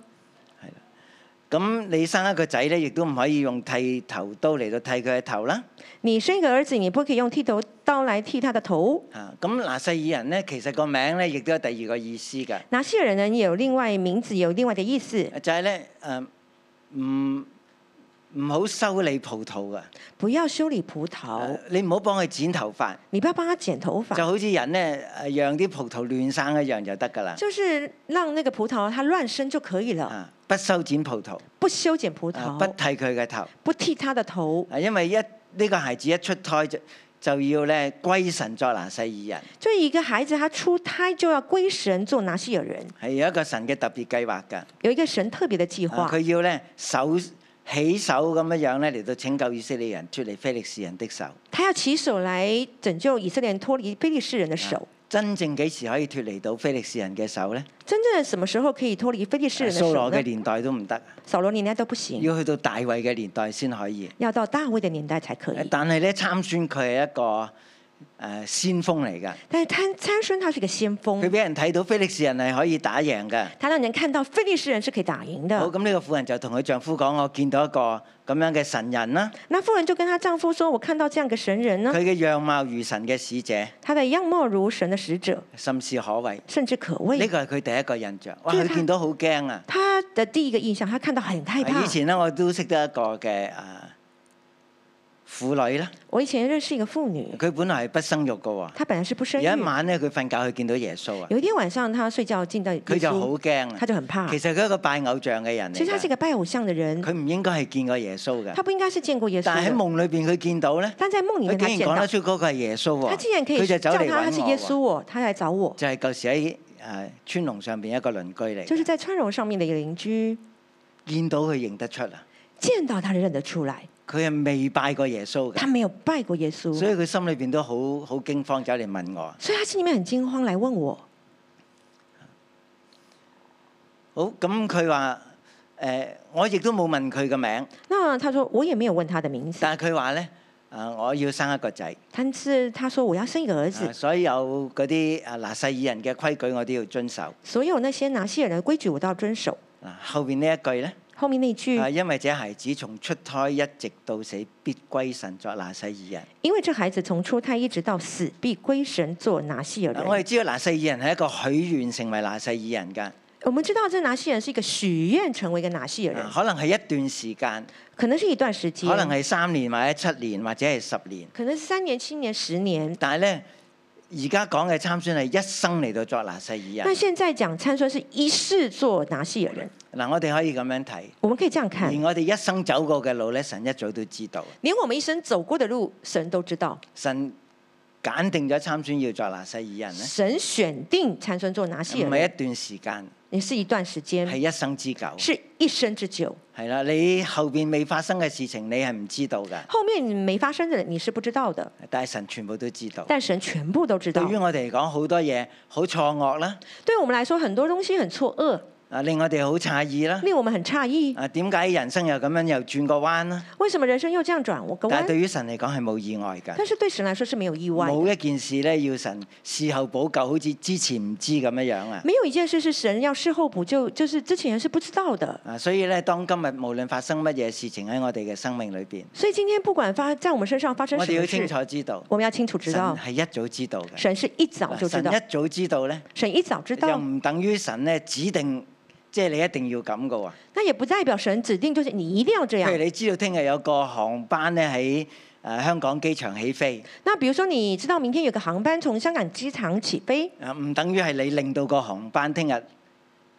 [SPEAKER 2] 咁你生一個仔咧，亦都唔可以用剃頭刀嚟到剃佢嘅頭啦。
[SPEAKER 3] 你生一个儿子，你不可以用剃头刀来剃他的头。
[SPEAKER 2] 啊，咁拿西爾人咧，其實個名咧，亦都有第二個意思㗎。
[SPEAKER 3] 拿西尔人有另外名字，有另外的意思，
[SPEAKER 2] 就係咧誒，唔唔好修理葡萄噶，
[SPEAKER 3] 不要修理葡萄
[SPEAKER 2] 誒，你唔好幫佢剪頭髮，
[SPEAKER 3] 你不要帮他剪头
[SPEAKER 2] 就
[SPEAKER 3] 发，
[SPEAKER 2] 好似人呃咧誒讓啲葡萄亂生一樣就得㗎啦。
[SPEAKER 3] 就是让那个葡萄它乱生就可以了，
[SPEAKER 2] 啊，不不修剪葡萄，
[SPEAKER 3] 不修剪葡
[SPEAKER 2] 啊
[SPEAKER 3] 萄，
[SPEAKER 2] 不剃佢嘅頭。
[SPEAKER 3] 不剃他的头，
[SPEAKER 2] 啊，因為一呢、個孩子一出胎就就要咧歸神作拿細耳人，
[SPEAKER 3] 就一个孩子他出胎就要归神做拿西尔人，
[SPEAKER 2] 係有一個神嘅特別計劃㗎。
[SPEAKER 3] 有一个神特别的计
[SPEAKER 2] 啊
[SPEAKER 3] 划，
[SPEAKER 2] 佢、要咧手起手咁樣樣咧嚟到拯救以色列人脱離非利士人的手。
[SPEAKER 3] 他要起手来拯救以色列人脱离非利士人的手。
[SPEAKER 2] 真正幾時可以脱離到非利士人嘅手呢？
[SPEAKER 3] 真正的什么时候可以脱离非利士人的
[SPEAKER 2] 蘇
[SPEAKER 3] 手
[SPEAKER 2] 羅嘅
[SPEAKER 3] 呢？
[SPEAKER 2] 年代都唔得，
[SPEAKER 3] 扫罗年代都不行，
[SPEAKER 2] 要去到大衛嘅年代先可以。
[SPEAKER 3] 要到大卫的年代才可以。
[SPEAKER 2] 哎但係咧，參孫佢係一個誒、呃先鋒嚟㗎，
[SPEAKER 3] 但是参参孙他是个先
[SPEAKER 2] 佢
[SPEAKER 3] 锋，
[SPEAKER 2] 俾人睇到非利士人係可以打贏㗎。
[SPEAKER 3] 他让人看到非利士人是可以打赢
[SPEAKER 2] 好，
[SPEAKER 3] 的。
[SPEAKER 2] 咁呢個婦人就同佢丈夫講：我見到一個咁樣嘅神人啦，
[SPEAKER 3] 那妇人就跟她丈夫说：“我看到这样一个神人呢
[SPEAKER 2] 佢，嘅樣貌如神嘅使者，
[SPEAKER 3] 他的样貌如神的使者，
[SPEAKER 2] 甚是可畏。
[SPEAKER 3] 甚至可
[SPEAKER 2] 呢
[SPEAKER 3] 畏。
[SPEAKER 2] 個係佢第一個印象。哇！
[SPEAKER 3] 即係
[SPEAKER 2] 佢
[SPEAKER 3] 他
[SPEAKER 2] 見到好驚啊！”
[SPEAKER 3] 他的第一个印象，他看到很害怕
[SPEAKER 2] 哎以。前咧，我都識得一個嘅啊婦女啦，
[SPEAKER 3] 我以前认识一个妇女，
[SPEAKER 2] 佢本來係不生育嘅喎。
[SPEAKER 3] 她本来是不生育
[SPEAKER 2] 有，一晚咧，佢瞓覺，佢見到耶穌啊，
[SPEAKER 3] 有一天晚上她睡觉进到耶
[SPEAKER 2] 佢就好
[SPEAKER 3] 稣，
[SPEAKER 2] 驚
[SPEAKER 3] 嗯她就很怕
[SPEAKER 2] 啊。其。實佢係一個拜偶像嘅人嚟
[SPEAKER 3] 其实她是一
[SPEAKER 2] 㗎，
[SPEAKER 3] 个拜偶像的人，
[SPEAKER 2] 佢唔應該係見過耶穌
[SPEAKER 3] 她
[SPEAKER 2] 嘅。
[SPEAKER 3] 不应该是见过耶稣啊
[SPEAKER 2] 但係喺
[SPEAKER 3] 的。
[SPEAKER 2] 夢裏邊，佢見到咧，
[SPEAKER 3] 但在梦
[SPEAKER 2] 佢
[SPEAKER 3] 里面，她
[SPEAKER 2] 竟
[SPEAKER 3] 见
[SPEAKER 2] 然講
[SPEAKER 3] 到
[SPEAKER 2] 得，出嗰個係耶穌
[SPEAKER 3] 她
[SPEAKER 2] 喎，
[SPEAKER 3] 竟然可以
[SPEAKER 2] 佢就
[SPEAKER 3] 叫
[SPEAKER 2] 走
[SPEAKER 3] 他
[SPEAKER 2] 嚟
[SPEAKER 3] 他是
[SPEAKER 2] 揾
[SPEAKER 3] 耶
[SPEAKER 2] 我
[SPEAKER 3] 稣
[SPEAKER 2] 喎。
[SPEAKER 3] 哦，他来找我，
[SPEAKER 2] 就係舊時喺誒村龍上邊一個鄰居嚟
[SPEAKER 3] 就是
[SPEAKER 2] 嘅，
[SPEAKER 3] 在川榕上面的一个邻居
[SPEAKER 2] 見到佢認得出啊，
[SPEAKER 3] 见到他认得出来，
[SPEAKER 2] 佢係未拜過耶穌
[SPEAKER 3] 他
[SPEAKER 2] 嘅，
[SPEAKER 3] 没有拜过耶稣，
[SPEAKER 2] 所以佢心裏邊都好好驚慌，走嚟問我。
[SPEAKER 3] 所以他心里面很惊慌，来问我。
[SPEAKER 2] 好，咁佢話誒，我亦都冇問佢嘅名，
[SPEAKER 3] 那他说我也没有问他的名字，
[SPEAKER 2] 但係佢話咧，啊、我要生一個仔，
[SPEAKER 3] 但是他说我要生一个儿
[SPEAKER 2] 啊
[SPEAKER 3] 子，
[SPEAKER 2] 所有嗰啲啊拿細耳人嘅規矩我都要遵守。
[SPEAKER 3] 所有那些拿西尔人的规矩我都要遵守。
[SPEAKER 2] 嗱、後邊呢一句咧，
[SPEAKER 3] 后面那句
[SPEAKER 2] 啊，因為這孩子從出胎一直到死，必歸神作拿細耳人。
[SPEAKER 3] 因为这孩子从出胎一直到死，必归神做拿西尔
[SPEAKER 2] 啊我
[SPEAKER 3] 人。
[SPEAKER 2] 哋知道拿細耳人係一個許願成為拿細耳人㗎。
[SPEAKER 3] 我们知道这拿西尔人是一个许愿成为一个拿西尔人
[SPEAKER 2] 啊，可能係一段時間，
[SPEAKER 3] 可能是一段时间，
[SPEAKER 2] 可能係三年或者七年或者係十年，
[SPEAKER 3] 可能是三年、七年、十年。
[SPEAKER 2] 但係咧而家講嘅參孫係一生嚟到作拿細耳
[SPEAKER 3] 那
[SPEAKER 2] 人。
[SPEAKER 3] 现在讲参孙是一世做拿西尔人，
[SPEAKER 2] 嗱，我哋可以咁樣睇，
[SPEAKER 3] 我们可以这样
[SPEAKER 2] 而
[SPEAKER 3] 看，
[SPEAKER 2] 我哋一生走過嘅路咧，神一早都知道，
[SPEAKER 3] 连我们一生走过的路，神都知道。
[SPEAKER 2] 神揀定咗參孫要作拿細耳人咧，
[SPEAKER 3] 神选定参孙做拿西
[SPEAKER 2] 唔係
[SPEAKER 3] 尔人，
[SPEAKER 2] 一段時間，
[SPEAKER 3] 也是一段时间
[SPEAKER 2] 係，一生之久。
[SPEAKER 3] 是一生之久。
[SPEAKER 2] 係啦，你後邊未發生嘅事情，你係唔知道㗎，
[SPEAKER 3] 后面你没发生的，你是不知道的，
[SPEAKER 2] 但係神全部都知道。
[SPEAKER 3] 但神全部都知
[SPEAKER 2] 對
[SPEAKER 3] 道
[SPEAKER 2] 於。我哋嚟講，好多嘢好錯愕啦，
[SPEAKER 3] 对我们来说，很多东西很错愕，
[SPEAKER 2] 啊令我哋好詫異啦。
[SPEAKER 3] 令我们很诧异，
[SPEAKER 2] 啊，點解人生又咁樣又轉個彎呢？
[SPEAKER 3] 为什么人生又这样转我个
[SPEAKER 2] 但
[SPEAKER 3] 弯
[SPEAKER 2] 係？對於神嚟講係冇意外㗎，
[SPEAKER 3] 但是对神来说是没有意外的，
[SPEAKER 2] 冇一件事咧要神事後補救，好似之前唔知咁樣樣啊！
[SPEAKER 3] 没有一件事是神要事后补救，就是之前是不知道的。
[SPEAKER 2] 啊，所以咧，當今日無論發生乜嘢事情喺我哋嘅生命裏邊，
[SPEAKER 3] 所以今天不管发在我们身上发生
[SPEAKER 2] 我
[SPEAKER 3] 什
[SPEAKER 2] 哋要
[SPEAKER 3] 么
[SPEAKER 2] 清
[SPEAKER 3] 事，
[SPEAKER 2] 楚知道，
[SPEAKER 3] 我们要清楚知
[SPEAKER 2] 神
[SPEAKER 3] 道，
[SPEAKER 2] 係一早知道嘅。
[SPEAKER 3] 神是一早就
[SPEAKER 2] 嗱
[SPEAKER 3] 知
[SPEAKER 2] 神
[SPEAKER 3] 道，
[SPEAKER 2] 一早知道咧，
[SPEAKER 3] 神一早知
[SPEAKER 2] 又
[SPEAKER 3] 道，
[SPEAKER 2] 唔等於神咧指定，即係你一定要咁噶喎。
[SPEAKER 3] 那也不代表神指定就是你一定要这
[SPEAKER 2] 譬如
[SPEAKER 3] 样。
[SPEAKER 2] 你知道聽日有個航班咧喺誒香港機場起飛，
[SPEAKER 3] 那比如说，你知道明天有个航班从香港机场起飞，
[SPEAKER 2] 啊唔等於係你令到個航班聽日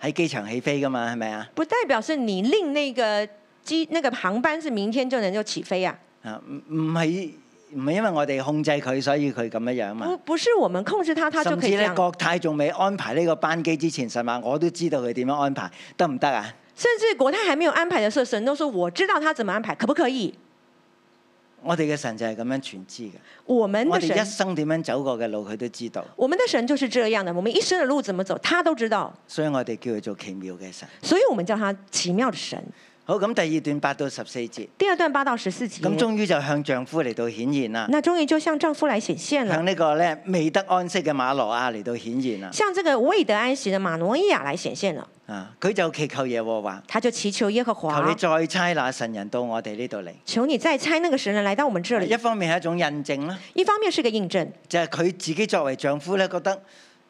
[SPEAKER 2] 喺機場起飛噶嘛，係咪啊？
[SPEAKER 3] 不代表是你令那个机那个航班是明天就能够起飞呀、
[SPEAKER 2] 啊，唔唔係唔係因為我哋控制佢，所以佢咁樣樣
[SPEAKER 3] 不
[SPEAKER 2] 嘛。
[SPEAKER 3] 不是我们控制它，它就
[SPEAKER 2] 甚
[SPEAKER 3] 可
[SPEAKER 2] 至
[SPEAKER 3] 以这
[SPEAKER 2] 咧，
[SPEAKER 3] 样。
[SPEAKER 2] 國泰仲未安排呢個班機之前，神話我都知道佢點樣安排，得唔得啊？
[SPEAKER 3] 甚至国泰还没有安排的时候，神都说我知道他怎么安排，可不可以？
[SPEAKER 2] 我哋嘅神就係咁樣全知嘅。
[SPEAKER 3] 我们
[SPEAKER 2] 我
[SPEAKER 3] 的
[SPEAKER 2] 哋一
[SPEAKER 3] 神，
[SPEAKER 2] 生點樣走過嘅路，佢都知道，
[SPEAKER 3] 我们的神就是这样的，我们一生的路怎么走，他都知道，
[SPEAKER 2] 所以我哋叫佢做奇妙嘅神。
[SPEAKER 3] 所以我们叫他奇妙的神。
[SPEAKER 2] 好，咁第二段八到十四節，
[SPEAKER 3] 第二段八到十四节，
[SPEAKER 2] 咁終於就向丈夫嚟到顯現啦，
[SPEAKER 3] 那终于就向丈夫来显现了
[SPEAKER 2] 向，呢個咧未得安息嘅馬羅亞嚟到顯現啦。
[SPEAKER 3] 向这个未得安息的马挪亚来显现了，
[SPEAKER 2] 啊，佢就祈求耶和華，
[SPEAKER 3] 他就祈求耶和
[SPEAKER 2] 求你
[SPEAKER 3] 华，
[SPEAKER 2] 再差那神人到我哋呢度嚟。
[SPEAKER 3] 求你再差那个神人来到我们这里
[SPEAKER 2] 一。方面係一種印證啦。
[SPEAKER 3] 一方面是个印证，
[SPEAKER 2] 就係佢自己作為丈夫咧，覺得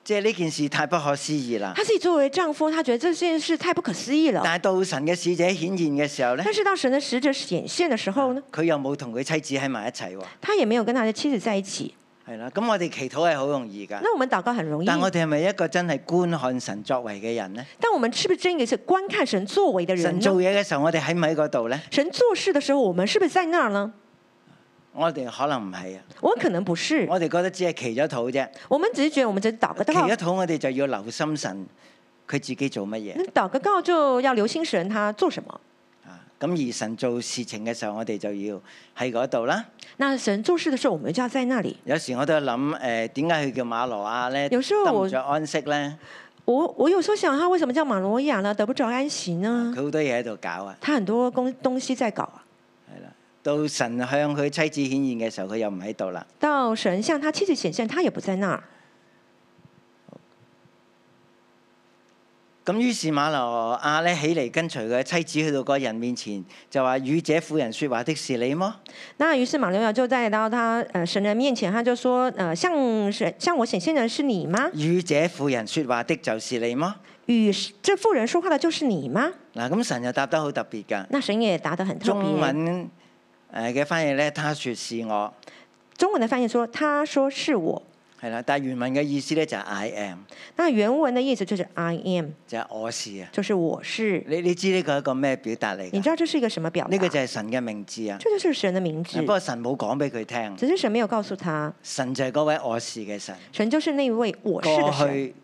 [SPEAKER 2] 即係呢件事太不可思議啦。
[SPEAKER 3] 他自己作为丈夫，他觉得这件事太不可思议了。
[SPEAKER 2] 但係到神嘅使者顯現嘅時候咧
[SPEAKER 3] 但，是到神的使者显现的时候呢，
[SPEAKER 2] 佢又冇同佢妻子喺埋一齊喎。
[SPEAKER 3] 他也没有跟他的妻子在一起。
[SPEAKER 2] 係啦，咁我哋祈禱係好容易㗎，
[SPEAKER 3] 那我们祷告很容易，
[SPEAKER 2] 但哎我哋係咪一個真係觀看神作為嘅人呢？
[SPEAKER 3] 但我们是不是真的是观看神作为的人
[SPEAKER 2] 神
[SPEAKER 3] 呢？
[SPEAKER 2] 做嘢嘅時候，我哋喺唔喺嗰度呢？
[SPEAKER 3] 神做事的时候，我们是不是在那儿呢？
[SPEAKER 2] 我哋可能唔係啊，
[SPEAKER 3] 我可能不是，
[SPEAKER 2] 我哋覺得只係祈咗禱啫，
[SPEAKER 3] 我们只是觉得我们只是祷个
[SPEAKER 2] 祈
[SPEAKER 3] 告
[SPEAKER 2] 咗，禱我哋就要留心神佢自己做乜嘢
[SPEAKER 3] 那。祷个告就要留心神他做什么。
[SPEAKER 2] 啊，咁而神做事情嘅時候，我哋就要喺嗰度啦。
[SPEAKER 3] 那神做事的时候，我们就要在那里。
[SPEAKER 2] 有時我都諗誒，點解佢叫馬羅亞咧？
[SPEAKER 3] 有時候
[SPEAKER 2] 得唔
[SPEAKER 3] 我
[SPEAKER 2] 着安息咧，
[SPEAKER 3] 我我有时候想，他为什么叫马罗亚呢？得不着安息呢
[SPEAKER 2] 佢？好多嘢喺度搞啊。
[SPEAKER 3] 他很多工东西在搞啊。
[SPEAKER 2] 到神向佢妻子顯現嘅時候，佢又唔喺度啦。
[SPEAKER 3] 到神向他妻子显现，他也不在那儿。
[SPEAKER 2] 咁於是馬羅亞咧起嚟跟隨佢妻子去到嗰人面前，就話：與這婦人説話的是你麼？
[SPEAKER 3] 那于是马罗亚就再来到他呃神的面前，他就说：呃，向神向我显现的是你吗？
[SPEAKER 2] 與這婦人説話的就是你麼？
[SPEAKER 3] 与这妇人说话的就是你吗？
[SPEAKER 2] 嗱，咁神又答得好特別㗎。
[SPEAKER 3] 那神也答得很特别。
[SPEAKER 2] 中文誒嘅翻譯咧，他説是我
[SPEAKER 3] 中文的翻译说：“他说是我。
[SPEAKER 2] 係啦，但係原文嘅意思咧就係 I am，”
[SPEAKER 3] 那原文的意思就是 “I am”，
[SPEAKER 2] 就係我是啊。
[SPEAKER 3] 就是我是。
[SPEAKER 2] 你你知呢個係一個咩表達嚟
[SPEAKER 3] 你
[SPEAKER 2] 㗎？
[SPEAKER 3] 知道这是一个什么表达？
[SPEAKER 2] 呢個就係神嘅名字啊。
[SPEAKER 3] 这就是神的名字
[SPEAKER 2] 不，過神冇講俾佢聽，
[SPEAKER 3] 只是神没有告诉他，
[SPEAKER 2] 神就係嗰位我是嘅神。
[SPEAKER 3] 神就是那一位我是的
[SPEAKER 2] 過
[SPEAKER 3] 神。
[SPEAKER 2] 去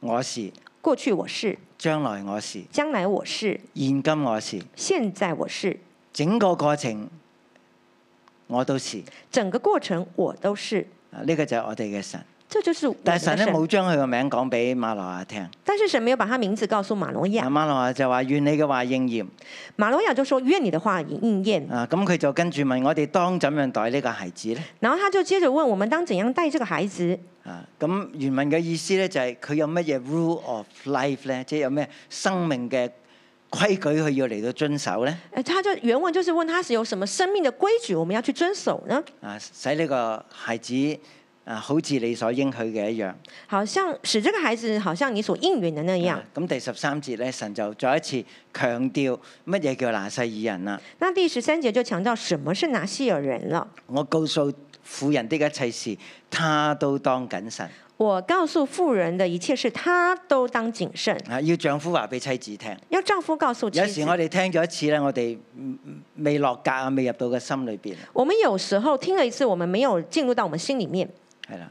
[SPEAKER 2] 我是，
[SPEAKER 3] 过去我是，
[SPEAKER 2] 將來我是，
[SPEAKER 3] 将来我是，
[SPEAKER 2] 現今我是，
[SPEAKER 3] 现在我是，
[SPEAKER 2] 整個過程我都是。
[SPEAKER 3] 整个过程我都是。
[SPEAKER 2] 啊呢個就係我哋嘅神。
[SPEAKER 3] 这就是我们
[SPEAKER 2] 但
[SPEAKER 3] 的
[SPEAKER 2] 係神
[SPEAKER 3] 神。
[SPEAKER 2] 咧冇將佢個名講俾馬羅亞聽。
[SPEAKER 3] 但是神没有把他名字告诉马诺
[SPEAKER 2] 啊
[SPEAKER 3] 亚。
[SPEAKER 2] 馬羅亞就話：願你嘅話應驗。
[SPEAKER 3] 马诺亚就说：“愿你的话应验。
[SPEAKER 2] 啊，咁佢就跟住問我哋當怎樣待呢個孩子呢？」
[SPEAKER 3] 然后他就接着问我们当怎样带这个孩子。
[SPEAKER 2] 啊，咁原文嘅意思咧就係佢有乜嘢 rule of life 咧，即係有咩生命嘅規矩佢要嚟到遵守咧？
[SPEAKER 3] 呃，他就原文就是问他是有什么生命的规矩，我们要去遵守呢？
[SPEAKER 2] 啊，使呢個孩子啊好似你所應許嘅一樣。
[SPEAKER 3] 好像使这个孩子好像你所应允的那样
[SPEAKER 2] 啊。咁、第十三節咧，神就再一次強調乜嘢叫拿細爾人啦。
[SPEAKER 3] 那第十三节就强调什么是拿细耳人了。
[SPEAKER 2] 我告訴婦人的一切事，他都當謹慎。
[SPEAKER 3] 我告诉妇人的一切事，她都当谨慎，
[SPEAKER 2] 啊，要丈夫話俾妻子聽。
[SPEAKER 3] 要丈夫告诉妻
[SPEAKER 2] 有
[SPEAKER 3] 子
[SPEAKER 2] 時。我哋聽咗一次咧，我哋嗯嗯未落格啊，未入到個心啊裏邊，
[SPEAKER 3] 我们有时候听了一次，我们没有进入到我们心里面。
[SPEAKER 2] 係啦。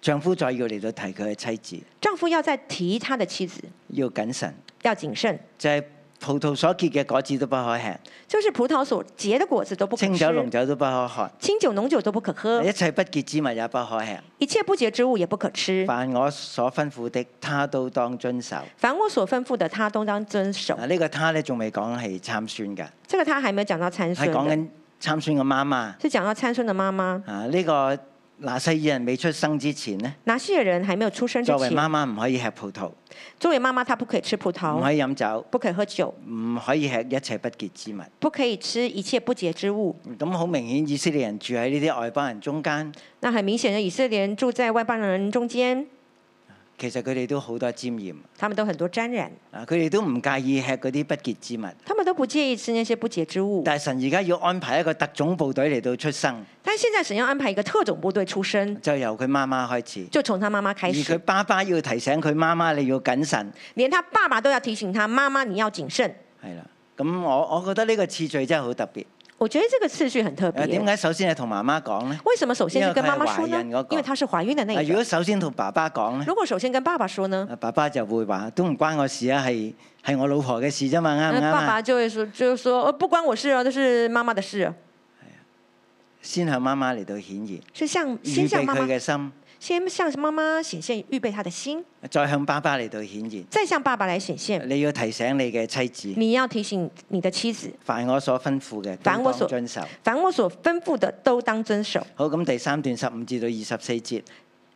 [SPEAKER 2] 丈夫再要嚟到提佢嘅妻子，
[SPEAKER 3] 丈夫要再提他的妻子，
[SPEAKER 2] 要謹慎，
[SPEAKER 3] 要谨慎，
[SPEAKER 2] 就係、葡萄所結嘅果子都不可吃，
[SPEAKER 3] 就是葡萄所结的果子都不可
[SPEAKER 2] 清
[SPEAKER 3] 吃，
[SPEAKER 2] 酒哎濃酒都不可喝，
[SPEAKER 3] 清酒浓酒都不可喝
[SPEAKER 2] 一，切不潔之物也不可吃。
[SPEAKER 3] 一切不洁之物也不可吃。
[SPEAKER 2] 凡我所吩咐的，他都當遵守。
[SPEAKER 3] 凡我所吩咐的，他都当遵守。
[SPEAKER 2] 嗱，呢個他咧仲未講係參孫㗎，
[SPEAKER 3] 这个他还没有讲到参
[SPEAKER 2] 係
[SPEAKER 3] 孙
[SPEAKER 2] 講
[SPEAKER 3] 的，
[SPEAKER 2] 緊參孫嘅媽媽。
[SPEAKER 3] 是講到参孙的妈妈。
[SPEAKER 2] 啊，呢、個拿細耳人未出生之前呢，
[SPEAKER 3] 拿西尔人还没有出生之
[SPEAKER 2] 作為
[SPEAKER 3] 前，
[SPEAKER 2] 媽媽唔可以吃葡萄，
[SPEAKER 3] 作为妈妈，她不可以吃葡
[SPEAKER 2] 唔
[SPEAKER 3] 萄，
[SPEAKER 2] 可以飲酒，
[SPEAKER 3] 不可以喝酒，
[SPEAKER 2] 唔可以吃一切不潔之物。
[SPEAKER 3] 不可以吃一切不洁之物。
[SPEAKER 2] 咁好明顯，以色列人住喺呢啲外邦人中間，
[SPEAKER 3] 那很明显的，以色列人住在外邦人中间，
[SPEAKER 2] 其實佢哋都好多沾染。
[SPEAKER 3] 他们都很多沾染，
[SPEAKER 2] 啊，佢哋都唔介意吃嗰啲不潔之物。
[SPEAKER 3] 他们都不介意吃那些不洁之物。
[SPEAKER 2] 但係神而家要安排一個特種部隊嚟到出生，
[SPEAKER 3] 但现在神要安排一个特种部队出生，
[SPEAKER 2] 就由佢媽媽開始。
[SPEAKER 3] 就从他妈妈
[SPEAKER 2] 而
[SPEAKER 3] 开
[SPEAKER 2] 佢
[SPEAKER 3] 始，
[SPEAKER 2] 爸爸要提醒佢媽媽，你要謹慎。
[SPEAKER 3] 连他爸爸都要提醒他妈妈你要谨慎。
[SPEAKER 2] 係啦，咁我我覺得呢個次序真係好特別。
[SPEAKER 3] 我觉得这个次序很特
[SPEAKER 2] 誒點
[SPEAKER 3] 别。
[SPEAKER 2] 解首先係同媽媽講呢？
[SPEAKER 3] 为什么首先是跟妈妈说
[SPEAKER 2] 因为她是怀孕的那
[SPEAKER 3] 呢
[SPEAKER 2] 个？
[SPEAKER 3] 因为她是怀孕的那
[SPEAKER 2] 啊，
[SPEAKER 3] 一
[SPEAKER 2] 如
[SPEAKER 3] 个。
[SPEAKER 2] 果首先同爸爸講呢？
[SPEAKER 3] 如果首先跟爸爸说呢？
[SPEAKER 2] 啊爸爸就會話都唔關我事啊，係係我老婆嘅事啫嘛，啱唔
[SPEAKER 3] 那
[SPEAKER 2] 啱
[SPEAKER 3] 爸
[SPEAKER 2] 啊
[SPEAKER 3] 爸？就会说，就是说，呃，不关我事啊，这是妈妈的事，啊
[SPEAKER 2] 先向媽媽嚟到顯現，
[SPEAKER 3] 是向先
[SPEAKER 2] 預
[SPEAKER 3] 向
[SPEAKER 2] 備
[SPEAKER 3] 妈
[SPEAKER 2] 佢
[SPEAKER 3] 妈，
[SPEAKER 2] 嘅心，
[SPEAKER 3] 先向妈妈显现预备她的心，
[SPEAKER 2] 再向爸爸嚟到顯現。
[SPEAKER 3] 再向爸爸来显现。
[SPEAKER 2] 你要提醒你嘅妻子，
[SPEAKER 3] 你要提醒你的妻子，
[SPEAKER 2] 凡我所吩咐嘅，
[SPEAKER 3] 凡
[SPEAKER 2] 都
[SPEAKER 3] 我
[SPEAKER 2] 當
[SPEAKER 3] 所
[SPEAKER 2] 遵守。
[SPEAKER 3] 凡我所吩咐的都当遵守。
[SPEAKER 2] 好，咁第三段十五至到二十四節。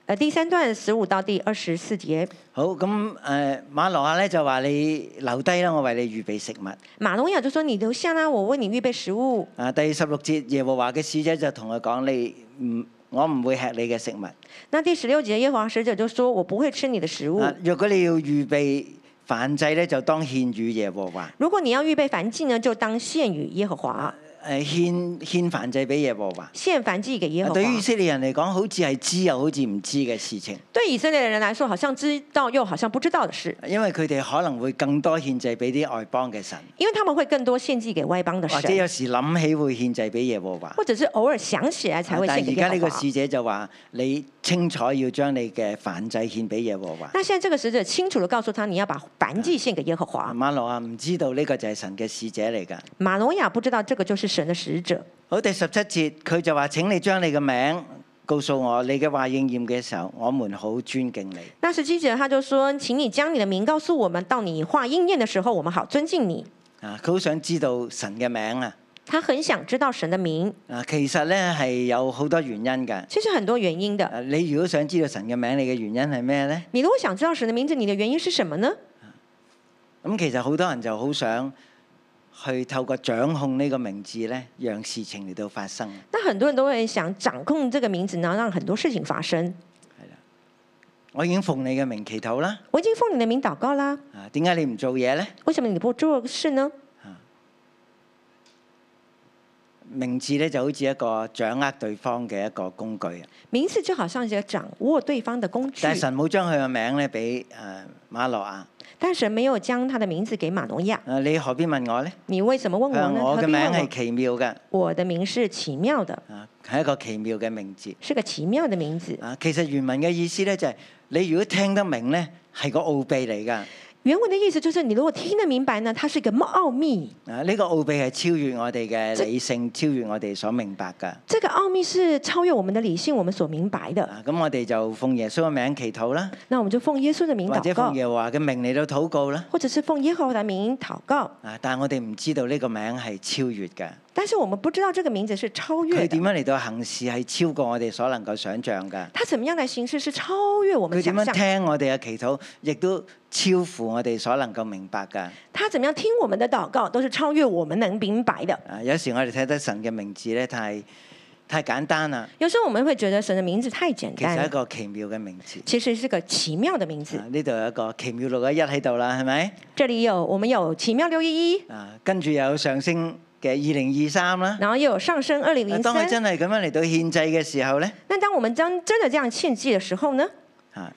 [SPEAKER 3] 呃，第三段十五到第二十四節，
[SPEAKER 2] 好，咁誒、呃、馬羅亞咧就話你留低啦，我為你預備食物。
[SPEAKER 3] 马龙雅就说：“你留下啦，我为你预备食物。
[SPEAKER 2] 啊，第十六節耶和華嘅使者就同佢講：你唔，我唔會吃你嘅食物。”
[SPEAKER 3] 那第十六节，耶和华使者就说：“我不会吃你的食物。
[SPEAKER 2] 啊，若果你要預備燔祭咧，就當獻與耶和華。
[SPEAKER 3] 如果你要预备燔祭呢，就当献与耶和华。
[SPEAKER 2] 誒、誒呃獻獻燔祭俾耶和華。啊
[SPEAKER 3] 献燔祭给耶和华
[SPEAKER 2] 對。於以色列人嚟講，好似係知又好似唔知嘅事情，
[SPEAKER 3] 对以色列人来说，好像知道又好像不知道的事，
[SPEAKER 2] 因為佢哋可能會更多獻祭俾啲外邦嘅神，
[SPEAKER 3] 因为他们会更多献祭给外邦的
[SPEAKER 2] 或者
[SPEAKER 3] 神，
[SPEAKER 2] 有時諗起會獻祭俾耶和華。
[SPEAKER 3] 或者是偶尔想起来才会
[SPEAKER 2] 但
[SPEAKER 3] 献给
[SPEAKER 2] 而家呢
[SPEAKER 3] 耶和
[SPEAKER 2] 個
[SPEAKER 3] 华。
[SPEAKER 2] 使者就話：你清楚要將你嘅燔祭獻俾耶和華。
[SPEAKER 3] 那现在这个使者清楚的告诉他，你要把燔祭献给耶和华。
[SPEAKER 2] 馬諾亞唔知道呢個就係神嘅使者嚟㗎。
[SPEAKER 3] 马挪亚不知道这个就是神的使者。
[SPEAKER 2] 好，第十七節佢就話：請你將你嘅名告訴我，你嘅話應驗嘅時候，我們好尊敬你。
[SPEAKER 3] 那十七节他就说：“请你将你的名告诉我们，到你话应验的时候，我们好尊敬你。
[SPEAKER 2] 啊，佢好想知道神嘅名啊！”
[SPEAKER 3] 他很想知道神的名，
[SPEAKER 2] 啊，其實呢係有好多原因㗎。
[SPEAKER 3] 其实很多原因的。
[SPEAKER 2] 啊你如果想知道神嘅名，你嘅原因係咩呢？
[SPEAKER 3] 你如果想知道神的名字，你的原因是什么呢？
[SPEAKER 2] 咁其實好多人就好想去透過掌控呢個名字呢，讓事情嚟到發生。
[SPEAKER 3] 那很多人都会想掌控这个名字，然后让很多事情发生。
[SPEAKER 2] 我已經奉你嘅名祈禱啦。
[SPEAKER 3] 我已经奉你的名祷告啦，
[SPEAKER 2] 啊，點解你唔做嘢呢？
[SPEAKER 3] 为什么你不做事呢？
[SPEAKER 2] 名字呢就好似一個掌握對方嘅一個工具啊。
[SPEAKER 3] 名字就好像一个掌握对方的工具，
[SPEAKER 2] 但係神冇將佢嘅名呢俾誒馬諾亞。
[SPEAKER 3] 但神沒有将他的名字给马挪亚。
[SPEAKER 2] 啊，你何必問我呢？
[SPEAKER 3] 你为什么问我
[SPEAKER 2] 啊
[SPEAKER 3] 呢？
[SPEAKER 2] 我
[SPEAKER 3] 何
[SPEAKER 2] 嘅
[SPEAKER 3] 必
[SPEAKER 2] 名
[SPEAKER 3] 问
[SPEAKER 2] 係
[SPEAKER 3] 我？
[SPEAKER 2] 奇妙嘅，
[SPEAKER 3] 我的名是奇妙的，
[SPEAKER 2] 啊，係一個奇妙嘅名字。
[SPEAKER 3] 是个奇妙的名字。
[SPEAKER 2] 啊，其實原文嘅意思呢，就係、你如果聽得明呢，係個奧秘嚟㗎。
[SPEAKER 3] 原文的意思就是，你如果听得明白呢，它是一个奥秘。
[SPEAKER 2] 啊！呢、個奧秘係超越我哋嘅理性，超越我哋所明白㗎。
[SPEAKER 3] 这个奥秘是超越我们的理性，我们所明白的。
[SPEAKER 2] 啊，咁我哋就奉耶穌嘅名祈禱啦，
[SPEAKER 3] 那我们就奉耶稣的名
[SPEAKER 2] 或者
[SPEAKER 3] 祷
[SPEAKER 2] 奉
[SPEAKER 3] 告，
[SPEAKER 2] 耶和華嘅名嚟到禱告啦。
[SPEAKER 3] 或者是奉耶和华的名祷告。
[SPEAKER 2] 啊，但係我哋唔知道呢個名係超越㗎，
[SPEAKER 3] 但是我们不知道这个名字是超越啊
[SPEAKER 2] 佢
[SPEAKER 3] 的
[SPEAKER 2] 點，樣嚟到行事係超過我哋所能夠想像㗎。
[SPEAKER 3] 它怎么样的形式是超越我们
[SPEAKER 2] 佢點
[SPEAKER 3] 想
[SPEAKER 2] 樣
[SPEAKER 3] 象，
[SPEAKER 2] 聽我哋嘅祈禱，亦都超乎我哋所能夠明白㗎。
[SPEAKER 3] 它怎么样听我们的祷告，都是超越我们能明白的。
[SPEAKER 2] 啊，有時我哋睇得神嘅名字咧，太太簡單啦，
[SPEAKER 3] 有時候我们会觉得神的名字太简
[SPEAKER 2] 其實係一
[SPEAKER 3] 单，
[SPEAKER 2] 個奇妙嘅名字。
[SPEAKER 3] 其实是个奇妙的名字
[SPEAKER 2] 啊。呢度有一個奇妙六一一喺度啦，係咪？
[SPEAKER 3] 这里有我们有奇妙六一一，
[SPEAKER 2] 啊，跟住又有上升嘅二零二三啦。
[SPEAKER 3] 然后又有上升二零
[SPEAKER 2] 啊
[SPEAKER 3] 零
[SPEAKER 2] 當佢
[SPEAKER 3] 三。
[SPEAKER 2] 真係咁樣嚟到獻祭嘅時候咧，
[SPEAKER 3] 那当我们将真的这样献祭的时候呢，
[SPEAKER 2] 啊，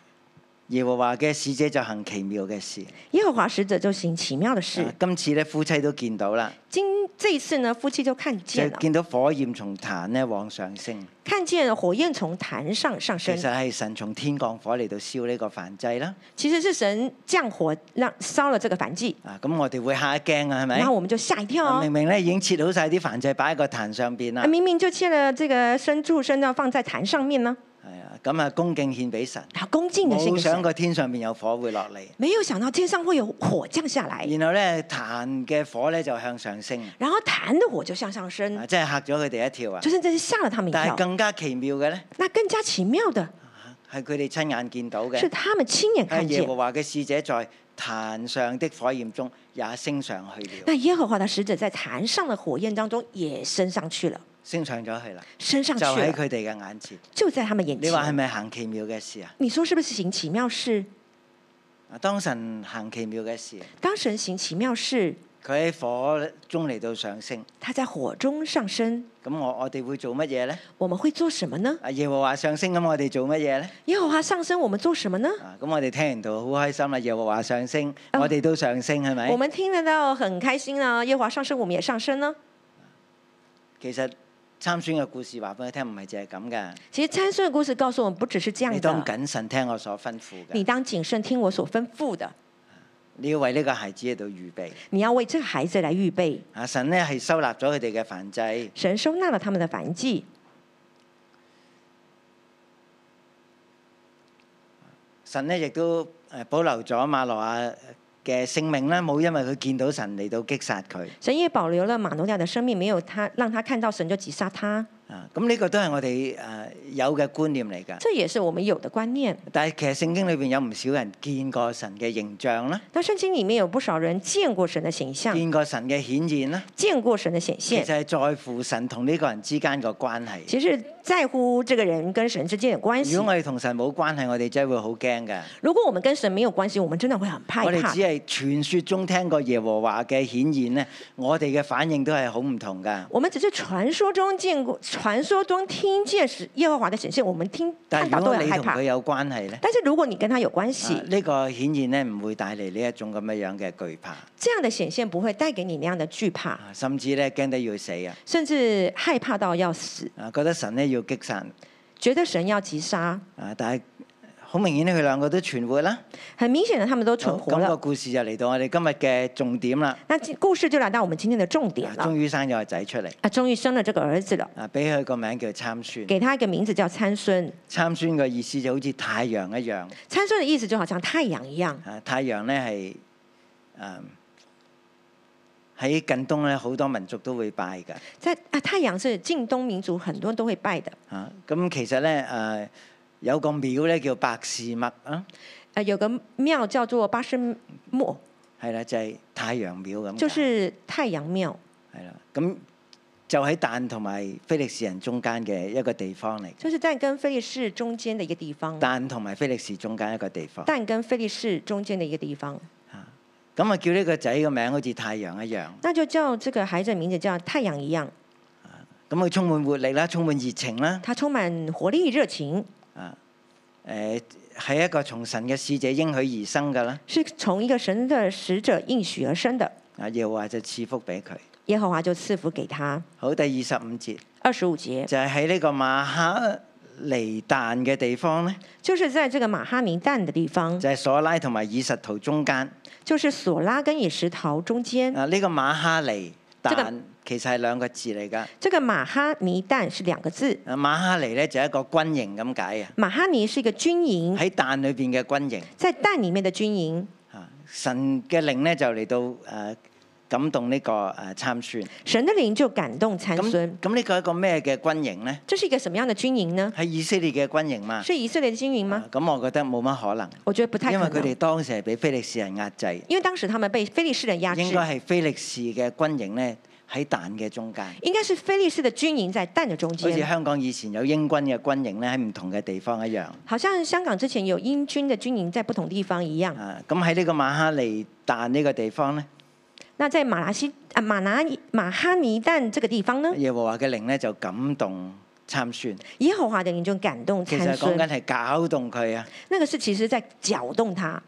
[SPEAKER 2] 耶和華嘅使者就行奇妙嘅事。
[SPEAKER 3] 耶和华使者就行奇妙的事。
[SPEAKER 2] 啊今次咧夫妻都見到啦，
[SPEAKER 3] 今这一次呢，夫妻就看
[SPEAKER 2] 就
[SPEAKER 3] 见了，
[SPEAKER 2] 見到火焰從壇咧往上升，
[SPEAKER 3] 看见了火焰从坛上上
[SPEAKER 2] 其
[SPEAKER 3] 升
[SPEAKER 2] 實，係神從天降火嚟到燒呢個燔祭啦。
[SPEAKER 3] 其实是神降火让烧了这个燔祭，
[SPEAKER 2] 啊，咁我哋會嚇一驚啊，係咪
[SPEAKER 3] 然后？我们就吓一跳
[SPEAKER 2] 啊明
[SPEAKER 3] 哦。
[SPEAKER 2] 明咧已經切好晒啲燔祭擺喺個壇上邊啦，
[SPEAKER 3] 明明就切了这个牲畜身要放在坛上面呢，
[SPEAKER 2] 係啊，咁啊恭敬獻俾神，
[SPEAKER 3] 然后恭敬的献
[SPEAKER 2] 冇
[SPEAKER 3] 给
[SPEAKER 2] 想
[SPEAKER 3] 啊神，
[SPEAKER 2] 過天上邊有火會落嚟，
[SPEAKER 3] 没有想到天上会有火降下来，
[SPEAKER 2] 然後咧壇嘅火咧就向上升，
[SPEAKER 3] 然后坛的火就向上升
[SPEAKER 2] 啊，，真係嚇咗佢哋一跳啊！
[SPEAKER 3] 就是真是吓了他们一
[SPEAKER 2] 但
[SPEAKER 3] 跳
[SPEAKER 2] 係。更加奇妙嘅咧，
[SPEAKER 3] 那更加奇妙的
[SPEAKER 2] 係佢哋親眼見到
[SPEAKER 3] 是，
[SPEAKER 2] 嘅，
[SPEAKER 3] 他们亲眼
[SPEAKER 2] 係
[SPEAKER 3] 看
[SPEAKER 2] 耶
[SPEAKER 3] 见
[SPEAKER 2] 和華嘅使者在壇上的火焰中也升上去了，
[SPEAKER 3] 那耶和华的使者在坛上的火焰当中也升上去了，
[SPEAKER 2] 升上咗去啦，
[SPEAKER 3] 升上
[SPEAKER 2] 就
[SPEAKER 3] 去
[SPEAKER 2] 喺
[SPEAKER 3] 了，
[SPEAKER 2] 佢哋嘅眼前。
[SPEAKER 3] 就在他们眼
[SPEAKER 2] 你話係
[SPEAKER 3] 前。
[SPEAKER 2] 咪行奇妙嘅事啊？
[SPEAKER 3] 你说是不是行奇妙事？
[SPEAKER 2] 啊當神行奇妙嘅事，
[SPEAKER 3] 当神行奇妙事，
[SPEAKER 2] 佢喺火中嚟到上升，
[SPEAKER 3] 他在火中上升，
[SPEAKER 2] 咁我我哋會做乜嘢咧？
[SPEAKER 3] 我们会做什么呢？
[SPEAKER 2] 啊耶和華上升，咁我哋做乜嘢呢？
[SPEAKER 3] 耶和华上升，我们做什么呢？
[SPEAKER 2] 啊，咁我哋聽完到好開心啦！耶和華上升，
[SPEAKER 3] 啊
[SPEAKER 2] 我哋都上升，係
[SPEAKER 3] 我
[SPEAKER 2] 咪？
[SPEAKER 3] 们听得到很开心呢，耶和华上升，我们也上升呢。
[SPEAKER 2] 其實參選嘅故事話俾你聽，唔係淨係咁噶。
[SPEAKER 3] 其实参孙的故事告诉我们，不只是这样
[SPEAKER 2] 你當
[SPEAKER 3] 的。
[SPEAKER 2] 謹慎聽我所吩咐
[SPEAKER 3] 你
[SPEAKER 2] 嘅，
[SPEAKER 3] 当谨慎听我所吩咐的，
[SPEAKER 2] 你要為呢個孩子喺度預備。
[SPEAKER 3] 你要为这个孩子来预备。
[SPEAKER 2] 啊，神呢係收納咗佢哋嘅燔祭，
[SPEAKER 3] 神收纳了他们的凡祭，
[SPEAKER 2] 神呢亦都誒保留咗馬羅亞嘅性命啦，冇因為佢見到神嚟到擊殺佢。
[SPEAKER 3] 神也保留了马诺亚的生命，没有他让他看到神就击杀他。
[SPEAKER 2] 啊，咁呢個都係我哋誒有嘅觀念嚟㗎。
[SPEAKER 3] 这也是我們有的觀念。
[SPEAKER 2] 但係其實聖經裏邊有唔少人見過神嘅形象啦，
[SPEAKER 3] 那聖經裡面有不少人見過神的形象，
[SPEAKER 2] 見過神嘅顯現啦，
[SPEAKER 3] 見過神的顯
[SPEAKER 2] 其
[SPEAKER 3] 現
[SPEAKER 2] 實，係在乎神同呢個人之間個關係。
[SPEAKER 3] 其實在乎這個人跟神之間的關
[SPEAKER 2] 如果我
[SPEAKER 3] 係。
[SPEAKER 2] 哋同神冇關係，我哋真係會好驚㗎。
[SPEAKER 3] 如果我們跟神沒有關係，我們真的會很害
[SPEAKER 2] 我哋
[SPEAKER 3] 怕
[SPEAKER 2] 只。係傳說中聽過耶和華嘅顯現咧，我哋嘅反應都係好唔同㗎。
[SPEAKER 3] 我們只是傳說中見過，傳說中聽見是耶和華的顯現，我們聽
[SPEAKER 2] 但係如
[SPEAKER 3] 看到都
[SPEAKER 2] 果
[SPEAKER 3] 很
[SPEAKER 2] 你
[SPEAKER 3] 害
[SPEAKER 2] 同
[SPEAKER 3] 怕
[SPEAKER 2] 佢。有關係咧，
[SPEAKER 3] 但是如果你跟他有關
[SPEAKER 2] 啊
[SPEAKER 3] 係，
[SPEAKER 2] 呢個顯現咧唔會帶嚟呢一種咁樣樣嘅懼怕，
[SPEAKER 3] 這樣的顯現不會帶給你那樣的懼怕，
[SPEAKER 2] 啊甚至咧驚得要死啊！
[SPEAKER 3] 甚至害怕到要死，
[SPEAKER 2] 啊，覺得神咧要擊殺
[SPEAKER 3] 覺得神要擊殺。
[SPEAKER 2] 啊，但係好明顯咧，佢兩個都存活啦。
[SPEAKER 3] 很明顯的，他們都存
[SPEAKER 2] 好
[SPEAKER 3] 活
[SPEAKER 2] 咁個
[SPEAKER 3] 了。
[SPEAKER 2] 故事就嚟到我哋今日嘅重點啦。
[SPEAKER 3] 那今故事就來到我們今天的重點
[SPEAKER 2] 啊
[SPEAKER 3] 了
[SPEAKER 2] 終。於生咗個仔出嚟，
[SPEAKER 3] 啊，終於生了這個兒子了，
[SPEAKER 2] 啊，俾佢個名叫參孫。
[SPEAKER 3] 給他一個名字叫參孫。
[SPEAKER 2] 參孫嘅意思就好似太陽一樣，
[SPEAKER 3] 參孫的意思就好像太陽一樣。
[SPEAKER 2] 啊，太陽咧係誒喺近東咧好多民族都會拜㗎。
[SPEAKER 3] 在啊，太陽是近東民族很多人都會拜的。
[SPEAKER 2] 啊，咁其實咧誒、呃有個廟咧叫百事麥啊，
[SPEAKER 3] 呃，有個廟叫做巴士莫，
[SPEAKER 2] 係啦，就係、太陽廟咁解。
[SPEAKER 3] 就是太陽廟，
[SPEAKER 2] 係啦，咁就喺但同埋非利士人中間嘅一個地方嚟，
[SPEAKER 3] 就是在跟菲利士中間的一個地方。
[SPEAKER 2] 但同埋非利士中間一個地方。
[SPEAKER 3] 但跟菲利士中間的一個地方，
[SPEAKER 2] 咁啊，叫呢個仔嘅名好似太陽一樣。
[SPEAKER 3] 那就叫這個孩子的名字叫太陽一樣，
[SPEAKER 2] 咁佢充滿活力啦，充滿熱情啦，
[SPEAKER 3] 他充滿活力熱情，
[SPEAKER 2] 誒、呃係一個從神嘅使者應許而生㗎啦。
[SPEAKER 3] 是從一個神的使者應許而生的。
[SPEAKER 2] 啊，耶和華就賜福俾佢。
[SPEAKER 3] 耶和華就賜福給他。
[SPEAKER 2] 好，第二十五節
[SPEAKER 3] 二十五節
[SPEAKER 2] 就係喺呢個馬哈尼但嘅地方咧，
[SPEAKER 3] 就是在這個馬哈尼但的地方，
[SPEAKER 2] 就係、索拉同埋以實圖中間。
[SPEAKER 3] 就是索拉跟以實陶中間。
[SPEAKER 2] 啊，呢、個馬哈尼但、
[SPEAKER 3] 即係
[SPEAKER 2] 其實係兩個字嚟㗎。
[SPEAKER 3] 這個馬哈尼但是兩個字，
[SPEAKER 2] 啊，馬哈尼咧就係一個軍營咁解啊，
[SPEAKER 3] 馬哈尼是一個軍營，
[SPEAKER 2] 喺但裏邊嘅軍營。
[SPEAKER 3] 在但裡面的軍營，
[SPEAKER 2] 啊，神嘅靈咧就嚟到誒、呃感動呢、個誒參孫。
[SPEAKER 3] 神的靈就感動參
[SPEAKER 2] 咁
[SPEAKER 3] 孫。
[SPEAKER 2] 咁呢個係一個咩嘅軍營咧？
[SPEAKER 3] 這是一個什麼樣的軍營呢？
[SPEAKER 2] 係以色列嘅軍營嘛？
[SPEAKER 3] 是以色列的軍營
[SPEAKER 2] 啊
[SPEAKER 3] 嗎？
[SPEAKER 2] 咁、我覺得冇乜可能，
[SPEAKER 3] 我覺得不太
[SPEAKER 2] 因為
[SPEAKER 3] 可
[SPEAKER 2] 佢
[SPEAKER 3] 能
[SPEAKER 2] 哋，當時係俾菲利士人壓制，
[SPEAKER 3] 因為當時他們被非利士人壓制
[SPEAKER 2] 應，該係菲利士嘅軍營咧喺但嘅中間。
[SPEAKER 3] 應該是非利士的軍營在但的中
[SPEAKER 2] 好似
[SPEAKER 3] 間。
[SPEAKER 2] 香港以前有英軍嘅軍營咧，喺唔同嘅地方一樣。
[SPEAKER 3] 好像香港之前有英軍的軍營在不同地方一樣。
[SPEAKER 2] 啊，咁喺呢個馬哈尼但呢個地方咧，
[SPEAKER 3] 那在馬拉西啊馬拿馬哈尼但這個地方呢，
[SPEAKER 2] 耶和華嘅靈咧就感動參孫，
[SPEAKER 3] 耶和華的靈就感動
[SPEAKER 2] 其實
[SPEAKER 3] 參
[SPEAKER 2] 係講緊
[SPEAKER 3] 孫，
[SPEAKER 2] 係搞動佢啊，
[SPEAKER 3] 那個是其實在攪動他，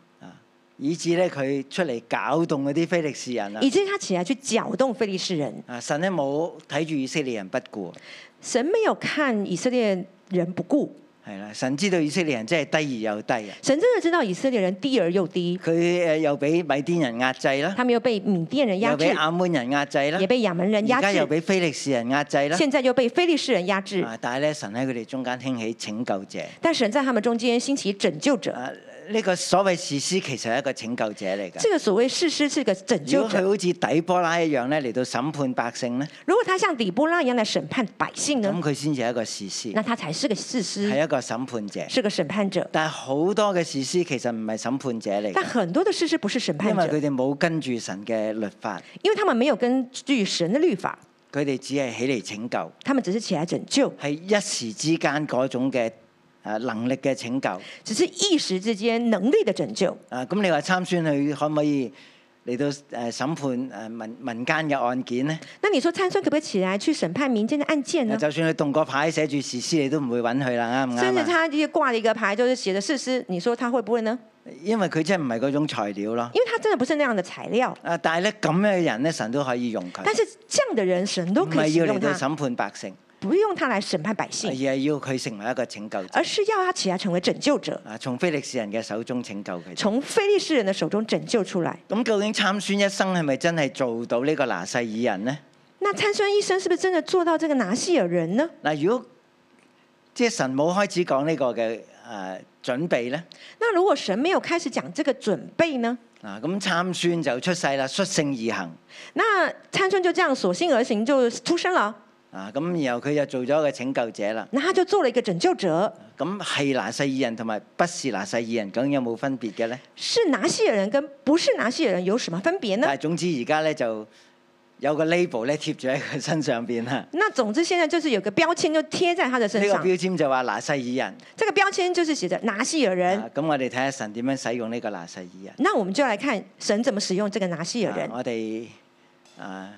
[SPEAKER 2] 以致咧佢出嚟搞動嗰啲菲利士人啊
[SPEAKER 3] 以。至他起來去攪動非利士人。
[SPEAKER 2] 啊！神咧冇睇住以色列人不啊顧，
[SPEAKER 3] 神沒有看以色列人不顧，
[SPEAKER 2] 係啦，神知道以色列人真係低而又低啊！
[SPEAKER 3] 神真的知道以色列人低而又低，
[SPEAKER 2] 佢誒又俾米甸人壓制啦，
[SPEAKER 3] 他們又被緬甸人壓
[SPEAKER 2] 又
[SPEAKER 3] 制
[SPEAKER 2] 俾，亞門人壓制啦
[SPEAKER 3] 也，被亞捫人
[SPEAKER 2] 而
[SPEAKER 3] 壓
[SPEAKER 2] 家又
[SPEAKER 3] 制，
[SPEAKER 2] 俾非利士人壓制啦。
[SPEAKER 3] 現在又被非利士人壓制。
[SPEAKER 2] 啊！但係咧，神喺佢哋中間興起拯救者。
[SPEAKER 3] 但神在他們中間興起拯救者，
[SPEAKER 2] 啊！呢、個所謂士師其實係一個拯救者嚟㗎。
[SPEAKER 3] 這個所謂士師是個拯
[SPEAKER 2] 如
[SPEAKER 3] 救
[SPEAKER 2] 果佢
[SPEAKER 3] 者。
[SPEAKER 2] 好似底波拉一樣咧嚟到審判百姓咧，
[SPEAKER 3] 如果他像底波拉一樣來審判百姓
[SPEAKER 2] 咁
[SPEAKER 3] 呢，
[SPEAKER 2] 佢先至係一個士師，
[SPEAKER 3] 那他才是個士師，
[SPEAKER 2] 係一個審判者。
[SPEAKER 3] 是個審判者。
[SPEAKER 2] 但係好多嘅士師其實唔係審判者嚟
[SPEAKER 3] 但
[SPEAKER 2] 㗎，
[SPEAKER 3] 很多的士師不是審判
[SPEAKER 2] 因為
[SPEAKER 3] 者，
[SPEAKER 2] 佢哋冇跟住神嘅律法，
[SPEAKER 3] 因為他們沒有根據神的律法，
[SPEAKER 2] 佢哋只係起嚟拯救，
[SPEAKER 3] 他們只是起來拯救，
[SPEAKER 2] 係一時之間嗰種嘅誒能力嘅拯救。
[SPEAKER 3] 只是一時之間能力的拯救。
[SPEAKER 2] 啊，咁你話參選佢可唔可以嚟到誒審判誒民民間嘅案件咧？
[SPEAKER 3] 那你說參孫可不可以起來去審判民間的案件呢？
[SPEAKER 2] 就算佢動個牌寫住事師，你都唔會揾佢啦，啱唔
[SPEAKER 3] 甚
[SPEAKER 2] 啱
[SPEAKER 3] 至
[SPEAKER 2] 啊？
[SPEAKER 3] 他就掛了一個牌，就是寫的事實，你說他會不會呢？
[SPEAKER 2] 因為佢真係唔係嗰種材料咯。
[SPEAKER 3] 因為他真的不是那樣的材料，
[SPEAKER 2] 啊，但係咧咁樣嘅人咧，神都可以用佢，
[SPEAKER 3] 但是這樣的人神都
[SPEAKER 2] 唔
[SPEAKER 3] 可
[SPEAKER 2] 係
[SPEAKER 3] 以使
[SPEAKER 2] 要嚟
[SPEAKER 3] 用
[SPEAKER 2] 到
[SPEAKER 3] 他，
[SPEAKER 2] 審判百姓，
[SPEAKER 3] 不用他來審判百
[SPEAKER 2] 而
[SPEAKER 3] 姓，
[SPEAKER 2] 係要佢成為一個拯救者。
[SPEAKER 3] 而是要他起來成為拯救者，
[SPEAKER 2] 啊，從非利士人嘅手中拯救佢哋。
[SPEAKER 3] 從非利士人的手中拯救出來。
[SPEAKER 2] 咁究竟參孫一生係咪真係做到呢個拿細耳人呢？
[SPEAKER 3] 那參孫一生是不是真的做到這個拿細耳人呢？
[SPEAKER 2] 嗱，如果即係神冇開始講呢個嘅誒、呃、準備咧，
[SPEAKER 3] 那如果神沒有開始講這個準備呢？
[SPEAKER 2] 啊，咁參孫就出世啦，率性而行。
[SPEAKER 3] 那參孫就這樣索性而行，就出生了。
[SPEAKER 2] 啊，咁然後佢就做咗一個拯救者啦。
[SPEAKER 3] 那他就做了一个拯救者。
[SPEAKER 2] 咁係拿細耳人同埋不是拿細耳人，究竟有冇分別嘅咧？
[SPEAKER 3] 是拿西尔人跟不是拿西尔人有什么分别呢
[SPEAKER 2] 但？係總之而家咧就有個 label 咧貼住喺佢身上邊啦。
[SPEAKER 3] 那总之现在就是有个标签就贴在他的
[SPEAKER 2] 呢
[SPEAKER 3] 身
[SPEAKER 2] 個
[SPEAKER 3] 上，
[SPEAKER 2] 標籤就話拿細耳人。
[SPEAKER 3] 这个标签就是写着拿西尔人。
[SPEAKER 2] 啊咁、我哋睇下神點樣使用呢個拿細耳人。
[SPEAKER 3] 那我们就来看神怎么使用这个拿西尔人
[SPEAKER 2] 啊。我哋啊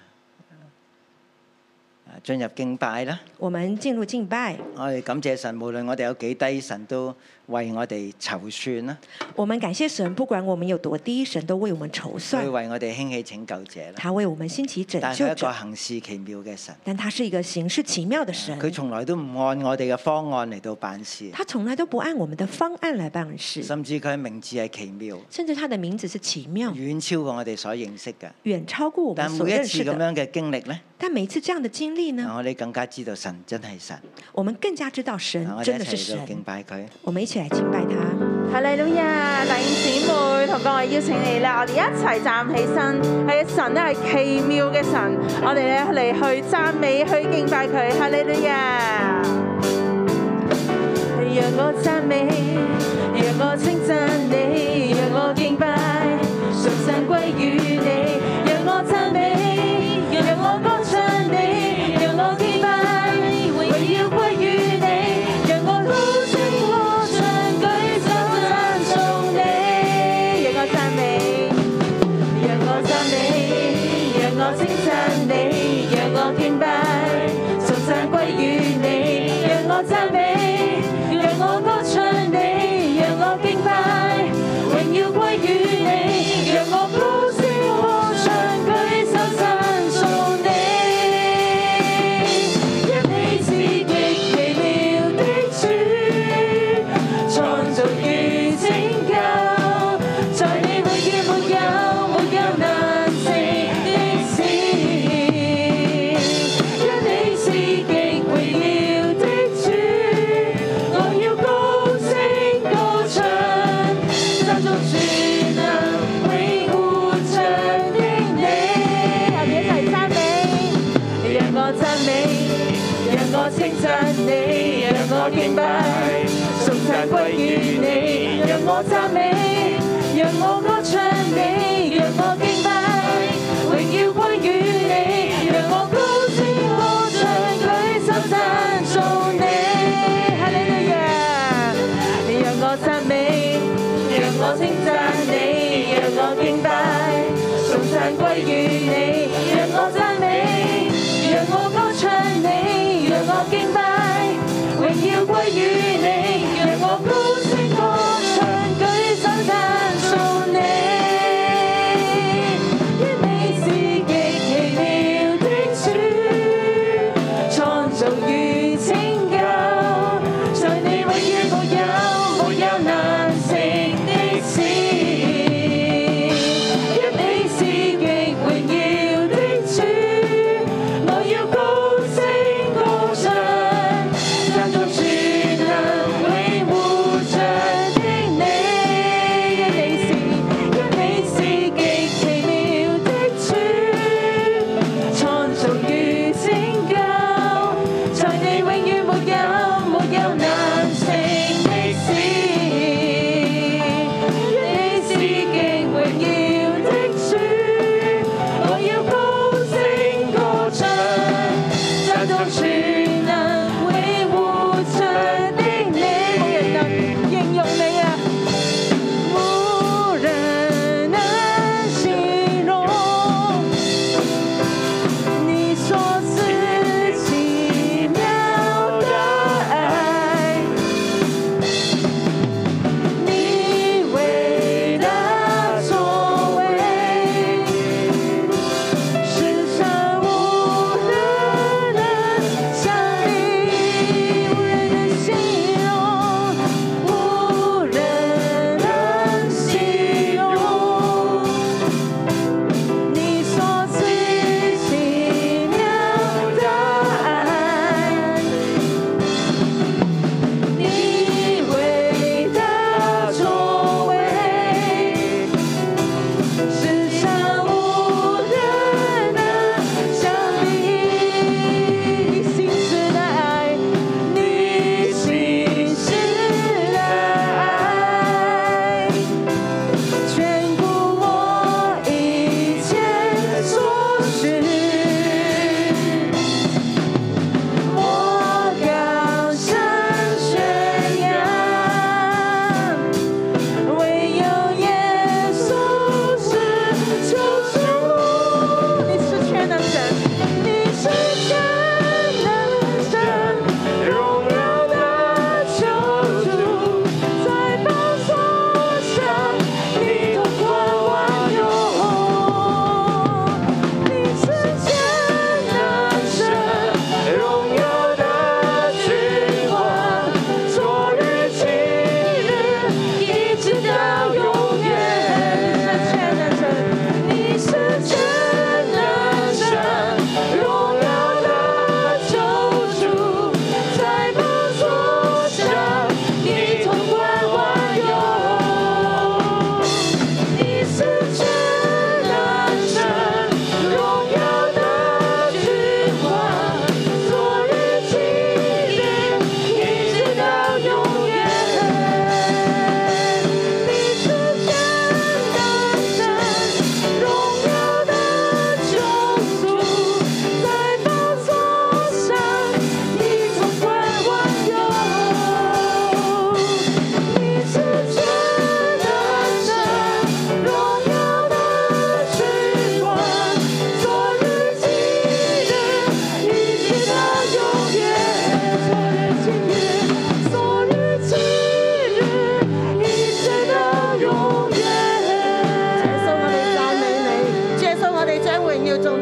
[SPEAKER 2] 啊進入敬拜啦。
[SPEAKER 3] 我们进入敬拜，
[SPEAKER 2] 我哋感謝神，無論我哋有幾低，神都為我哋籌算啦，
[SPEAKER 3] 我们感谢神，不管我们有多低，神都为我们筹
[SPEAKER 2] 佢
[SPEAKER 3] 算，
[SPEAKER 2] 為我哋興起拯救者啦。
[SPEAKER 3] 他为我们兴起拯
[SPEAKER 2] 但係佢
[SPEAKER 3] 救
[SPEAKER 2] 一個
[SPEAKER 3] 者。
[SPEAKER 2] 行事奇妙嘅神，
[SPEAKER 3] 但他是一个行事奇妙的神，
[SPEAKER 2] 佢從來都唔按我哋嘅方案嚟到辦事，
[SPEAKER 3] 他从来都不按我们的方案来办事，
[SPEAKER 2] 甚至佢嘅名字係奇妙，
[SPEAKER 3] 甚至他的名字是奇妙，
[SPEAKER 2] 遠超過我哋所認識嘅。
[SPEAKER 3] 远超过我
[SPEAKER 2] 但
[SPEAKER 3] 们所
[SPEAKER 2] 每一
[SPEAKER 3] 认
[SPEAKER 2] 次
[SPEAKER 3] 识
[SPEAKER 2] 咁
[SPEAKER 3] 的。
[SPEAKER 2] 樣嘅經歷呢，啊
[SPEAKER 3] 但每一次这样的经历呢，
[SPEAKER 2] 我哋更加知道神真係神。啊
[SPEAKER 3] 我们更加知道神
[SPEAKER 2] 我
[SPEAKER 3] 真
[SPEAKER 2] 哋
[SPEAKER 3] 的
[SPEAKER 2] 一
[SPEAKER 3] 是
[SPEAKER 2] 齊嚟到敬
[SPEAKER 3] 神。
[SPEAKER 2] 拜佢。
[SPEAKER 3] 我们一起来敬拜他。
[SPEAKER 4] 哈利路亞！弟兄姊妹同各位邀請你咧，我哋一齊站起身。係啊，神咧係奇妙嘅神，我哋咧嚟去讚美、去敬拜佢。哈利路亞！讓我讚美，讓我稱讚你，讓我敬拜，崇讚歸於你。讓我讚美，讓我歌唱你，讓我敬拜，榮耀歸於你。讓我高聲歌唱，舉手讚頌你。讓我讚美。讓我讚你，讓我稱讚你，讓我敬拜，崇讚歸於你。讓我讚美，讓我歌唱你，讓我敬拜，榮耀歸於你。讓我高聲歌唱，舉手讚頌你。因你是極奇妙的主，創造與拯救，在你永遠沒有沒有難成的事。因你是極榮耀的主，我要高聲高唱，讚頌全能永固長的你。我哋一齊讚美。讓我讚美，讓我稱讚你，讓我敬拜，崇讚歸於你。讓我讚美，讓我歌唱你，讓我敬拜，榮耀歸於你。讓我高聲歌唱，舉手讚頌你。哈利路亞！讓我讚美，讓我稱讚你，讓我敬拜，崇讚歸於你。讓我讚美。讓我歌唱你，讓我敬拜，榮耀歸於你，讓我高聲歌唱，舉手讚頌你。啊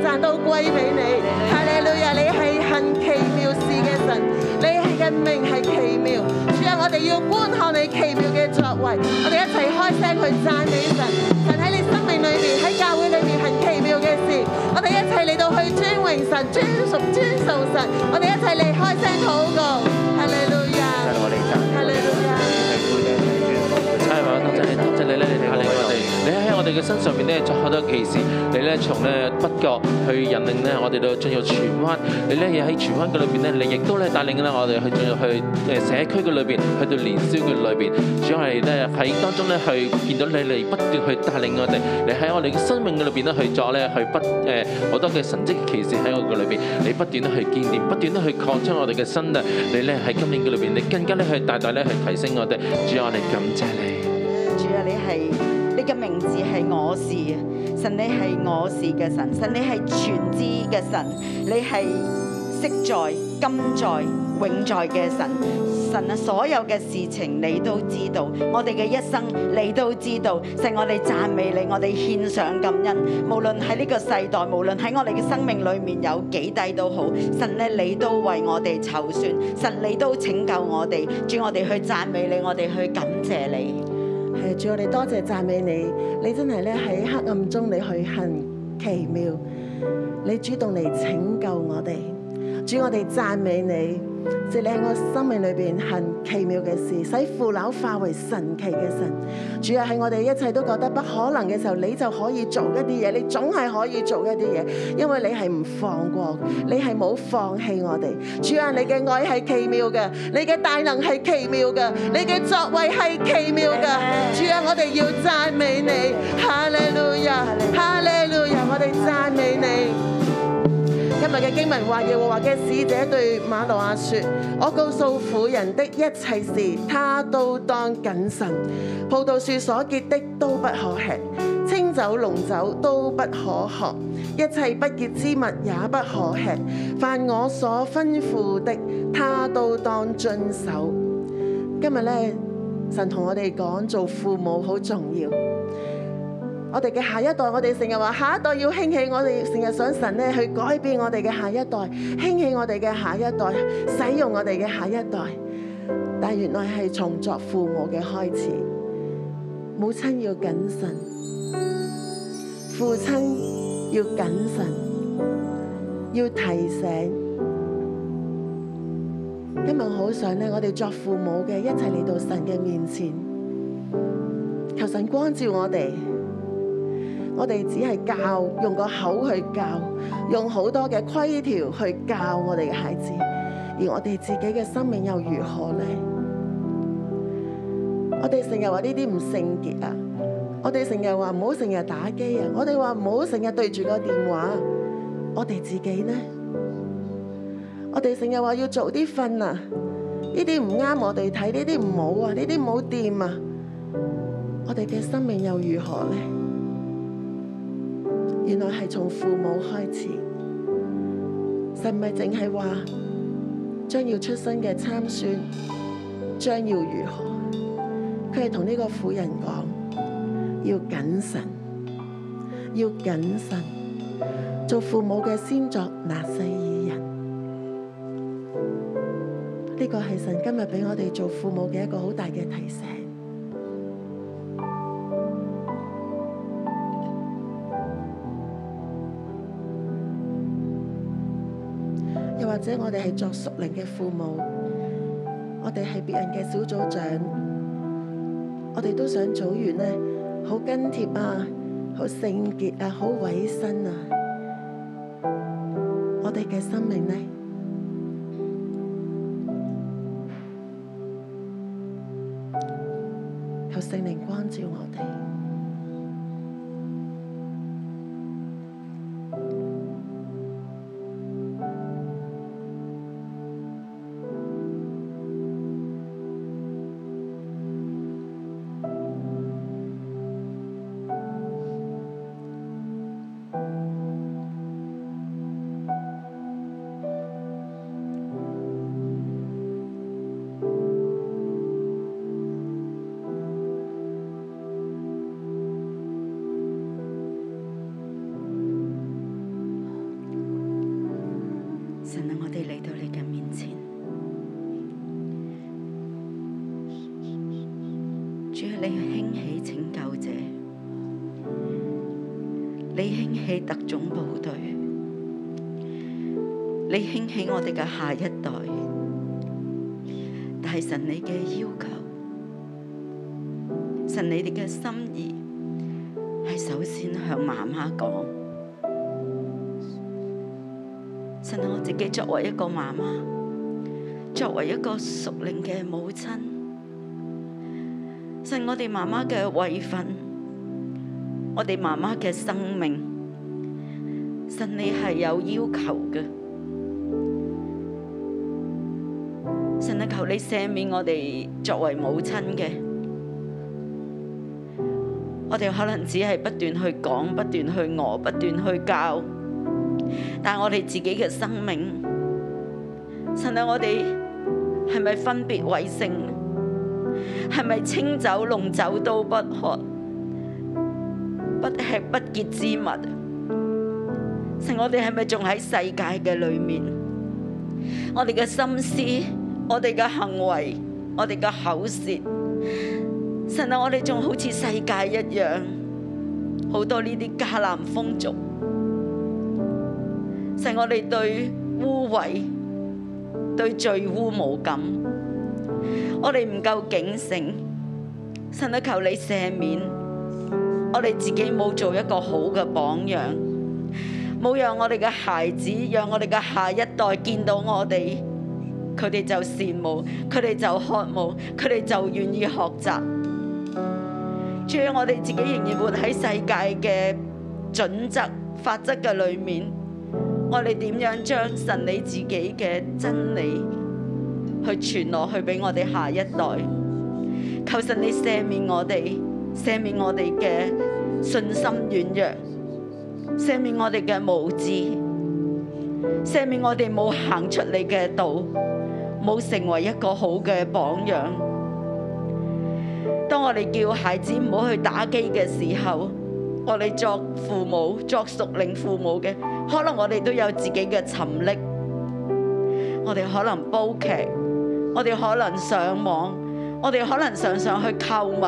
[SPEAKER 5] 讚都歸俾你。哈利路亞！你係行奇妙事嘅神，你係嘅名係奇妙。主啊，我哋要觀看你奇妙嘅作為，我哋一齊開聲去讚美神。神喺你生命裏面，喺教會裏面行奇妙嘅事。我哋一齊嚟到去尊榮神、尊崇、尊崇神。我哋一齊嚟開聲禱告。哈利路亞！哈利路亞！
[SPEAKER 6] 差啊！多謝你，多謝你咧，你帶領我哋，你喺我哋嘅身上面咧作好多奇事，你咧從咧北角去引領咧我哋到進入荃灣，你咧亦喺荃灣嘅裏邊咧，你亦都咧帶領咧我哋去進入去誒社區嘅裏邊，去到年宵嘅裏邊，主要係咧喺當中咧去見到你哋不斷去帶領我哋，你喺我哋嘅生命嘅裏邊咧去作咧去不誒好多嘅神蹟奇事喺我嘅裏邊，你不斷咧去見證，不斷咧去擴張我哋嘅身量，你咧喺今年嘅裏邊，你更加咧去大大咧去提升我哋，主要我哋感謝你。
[SPEAKER 7] 主啊，你係你嘅名字係我是，神你係我是嘅神，神你係全知嘅神，你係昔在、今在、永在嘅神。神啊，所有嘅事情你都知道，我哋嘅一生你都知道。神，我哋讚美你，我哋獻上感恩。無論喺呢個世代，無論喺我哋嘅生命裏面有幾低都好，神咧你都為我哋籌算，神你都拯救我哋。主，我哋去讚美你，我哋去感謝你。
[SPEAKER 8] 係主，我哋多謝讚美你，你真係咧喺黑暗中你去行奇妙，你主動嚟拯救我哋。主，我哋讚美你，即係你喺我生命裏邊行奇妙嘅事，使腐朽化為神奇嘅神。主啊，喺我哋一切都覺得不可能嘅時候，你就可以做一啲嘢，你總係可以做一啲嘢，因為你係唔放過，你係冇放棄我哋。主啊，你嘅愛係奇妙嘅，你嘅大能係奇妙嘅，你嘅作為係奇妙嘅。主啊，我哋要讚美你，哈利路亞，哈利路亞，我哋讚美你。今日嘅經文話耶和華嘅使者對馬諾亞說：我告訴婦人的一切事，他都當謹慎。葡萄樹所結的都不可吃，清酒濃酒都不可喝，一切不潔之物也不可吃。凡我所吩咐的，他都當遵守。今日咧，神同我哋講做父母好重要。我哋嘅下一代，我哋成日話下一代要興起，我哋成日想神咧去改變我哋嘅下一代，興起我哋嘅下一代，使用我哋嘅下一代。但係原來係從作父母嘅開始，母親要謹慎，父親要謹慎，要提醒。今日我好想咧，我哋作父母嘅一齊嚟到神嘅面前，求神光照我哋。我哋只係教，用個口去教，用好多嘅規條去教我哋嘅孩子，而我哋自己嘅生命又如何呢？我哋成日話呢啲唔聖潔啊！我哋成日話唔好成日打機啊！我哋話唔好成日對住個電話，我哋自己呢？我哋成日話要早啲瞓啊！呢啲唔啱我哋睇，呢啲唔好啊，呢啲唔好掂啊！我哋嘅生命又如何呢？原來係從父母開始，神咪淨係話將要出生嘅參孫將要如何？佢係同呢個婦人講，要謹慎，要謹慎，做父母嘅先作拿細耳人。呢個係神今日俾我哋做父母嘅一個好大嘅提醒。又或者我哋係作熟齡嘅父母，我哋係別人嘅小組長，我哋都想組員呢，好跟貼啊，好聖潔啊，好委身啊，我哋嘅生命呢？求聖靈關照我哋。
[SPEAKER 7] 神啊，我哋嚟到你嘅面前，主啊，你興起拯救者，你興起特種部隊，你興起我哋嘅下一代。但係神你嘅要求，神你哋嘅心意，係首先向媽媽講。神啊，我自己作為一個媽媽，作為一個屬靈嘅母親，神我哋媽媽嘅位份，我哋媽媽嘅生命，神你係有要求嘅。神啊，求你赦免我哋作為母親嘅，我哋可能只係不斷去講，不斷去餓，不斷去教。但我哋自己嘅生命，神啊，我哋係咪分別為聖？係咪清酒濃酒都不喝，不吃不潔之物？神，我哋係咪仲喺世界嘅裏面？我哋嘅心思，我哋嘅行為，我哋嘅口舌，神啊，我哋仲好似世界一樣，好多呢啲迦南風俗。使我哋對污穢、對罪污無感，我哋唔夠警醒。神啊，求你赦免，我哋自己冇做一個好嘅榜樣，冇讓我哋嘅孩子，讓我哋嘅下一代見到我哋，佢哋就羨慕，佢哋就渴慕，佢哋就願意學習。主要我哋自己仍然活喺世界嘅準則、法則嘅裏面。我哋點樣將神你自己嘅真理去傳落去俾我哋下一代？求神你赦免我哋，赦免我哋嘅信心軟弱，赦免我哋嘅無知，赦免我哋冇行出你嘅道，冇成為一個好嘅榜樣。當我哋叫孩子唔好去打機嘅時候，我哋作父母、作屬靈父母嘅，可能我哋都有自己嘅沉溺，我哋可能煲劇，我哋可能上網，我哋可能常常去購物。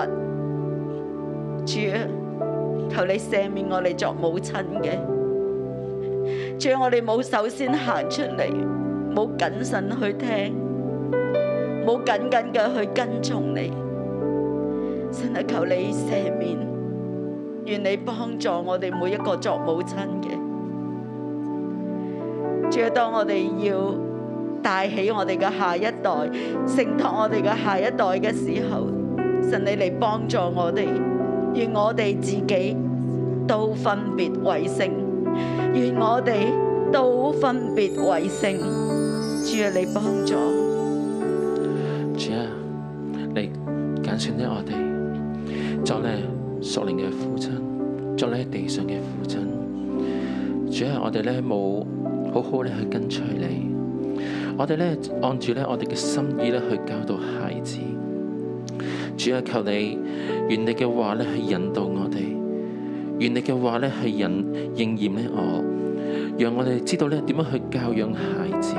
[SPEAKER 7] 主啊，求你赦免我哋作母親嘅。主啊，我哋冇首先行出嚟，冇謹慎去聽，冇緊緊嘅去跟從你。神啊，求你赦免。願你幫助我哋每一個作母親嘅。主要當我哋要帶起我哋嘅下一代，承托我哋嘅下一代嘅時候，神你嚟幫助我哋，願我哋自己都分別為聖，願我哋都分別為聖。主要你幫助我。
[SPEAKER 6] 主啊，你揀選咗我哋，作咧屬靈嘅父親，作咧地上嘅父親。主啊，我哋咧冇好好咧去跟隨你，我哋咧按住咧我哋嘅心意咧去教導孩子。主啊，求你願你嘅話咧去引導我哋，願你嘅話咧去引應驗咧我，讓我哋知道咧點樣去教養孩子。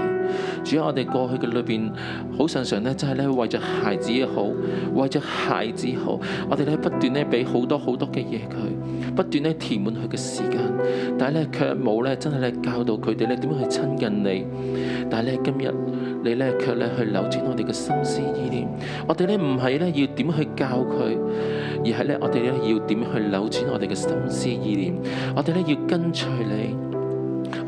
[SPEAKER 6] 主啊，我哋過去嘅裏邊好常常咧，真係咧為着孩子好，為着孩子好，我哋咧不斷咧俾好多好多嘅嘢佢，不斷咧填滿佢嘅時間，但係咧卻冇咧真係咧教導佢哋咧點樣去親近你。但係咧今日你咧卻咧去扭轉我哋嘅心思意念，我哋咧唔係咧要點去教佢，而係咧我哋咧要點去扭轉我哋嘅心思意念，我哋咧要跟隨你。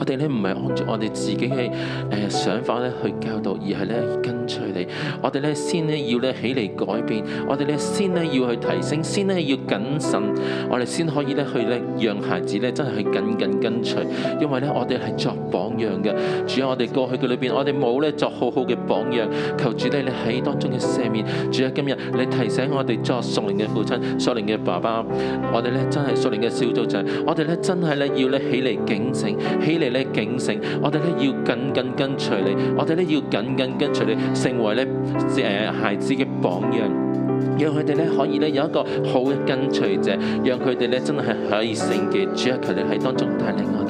[SPEAKER 6] 我哋咧唔係按住我哋自己嘅誒想法咧去教導，而係咧跟隨你。我哋咧先咧要咧起嚟改變，我哋咧先咧要去提升，先咧要謹慎，我哋先可以咧去咧讓孩子咧真係去緊緊跟隨，因為咧我哋係作榜樣嘅。主啊，我哋過去嘅裏邊，我哋冇咧作好好嘅榜樣。求主咧，你喺當中嘅赦免。主啊，今日你提醒我哋作屬靈嘅父親、屬靈嘅爸爸，我哋咧真係屬靈嘅小組長，我哋咧真係咧要咧起嚟警醒，起嚟咧警醒，我哋咧要緊緊跟隨你，我哋咧要緊緊跟隨你，成為咧誒孩子嘅榜樣。讓佢哋咧可以咧有一個好嘅跟隨者，讓佢哋咧真係可以聖潔。主啊，求你喺當中帶領我哋。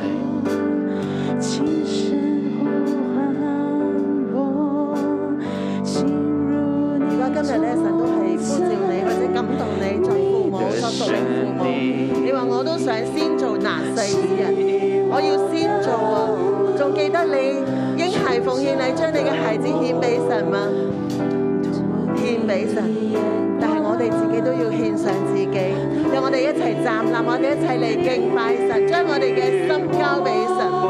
[SPEAKER 4] 情深厚
[SPEAKER 5] 做啊！仲記得你嬰孩奉獻禮將你嘅孩子獻俾神嗎？獻俾神，但係我哋自己都要獻上自己，讓我哋一齊站立，我哋一齊嚟敬拜神，將我哋嘅心交俾神。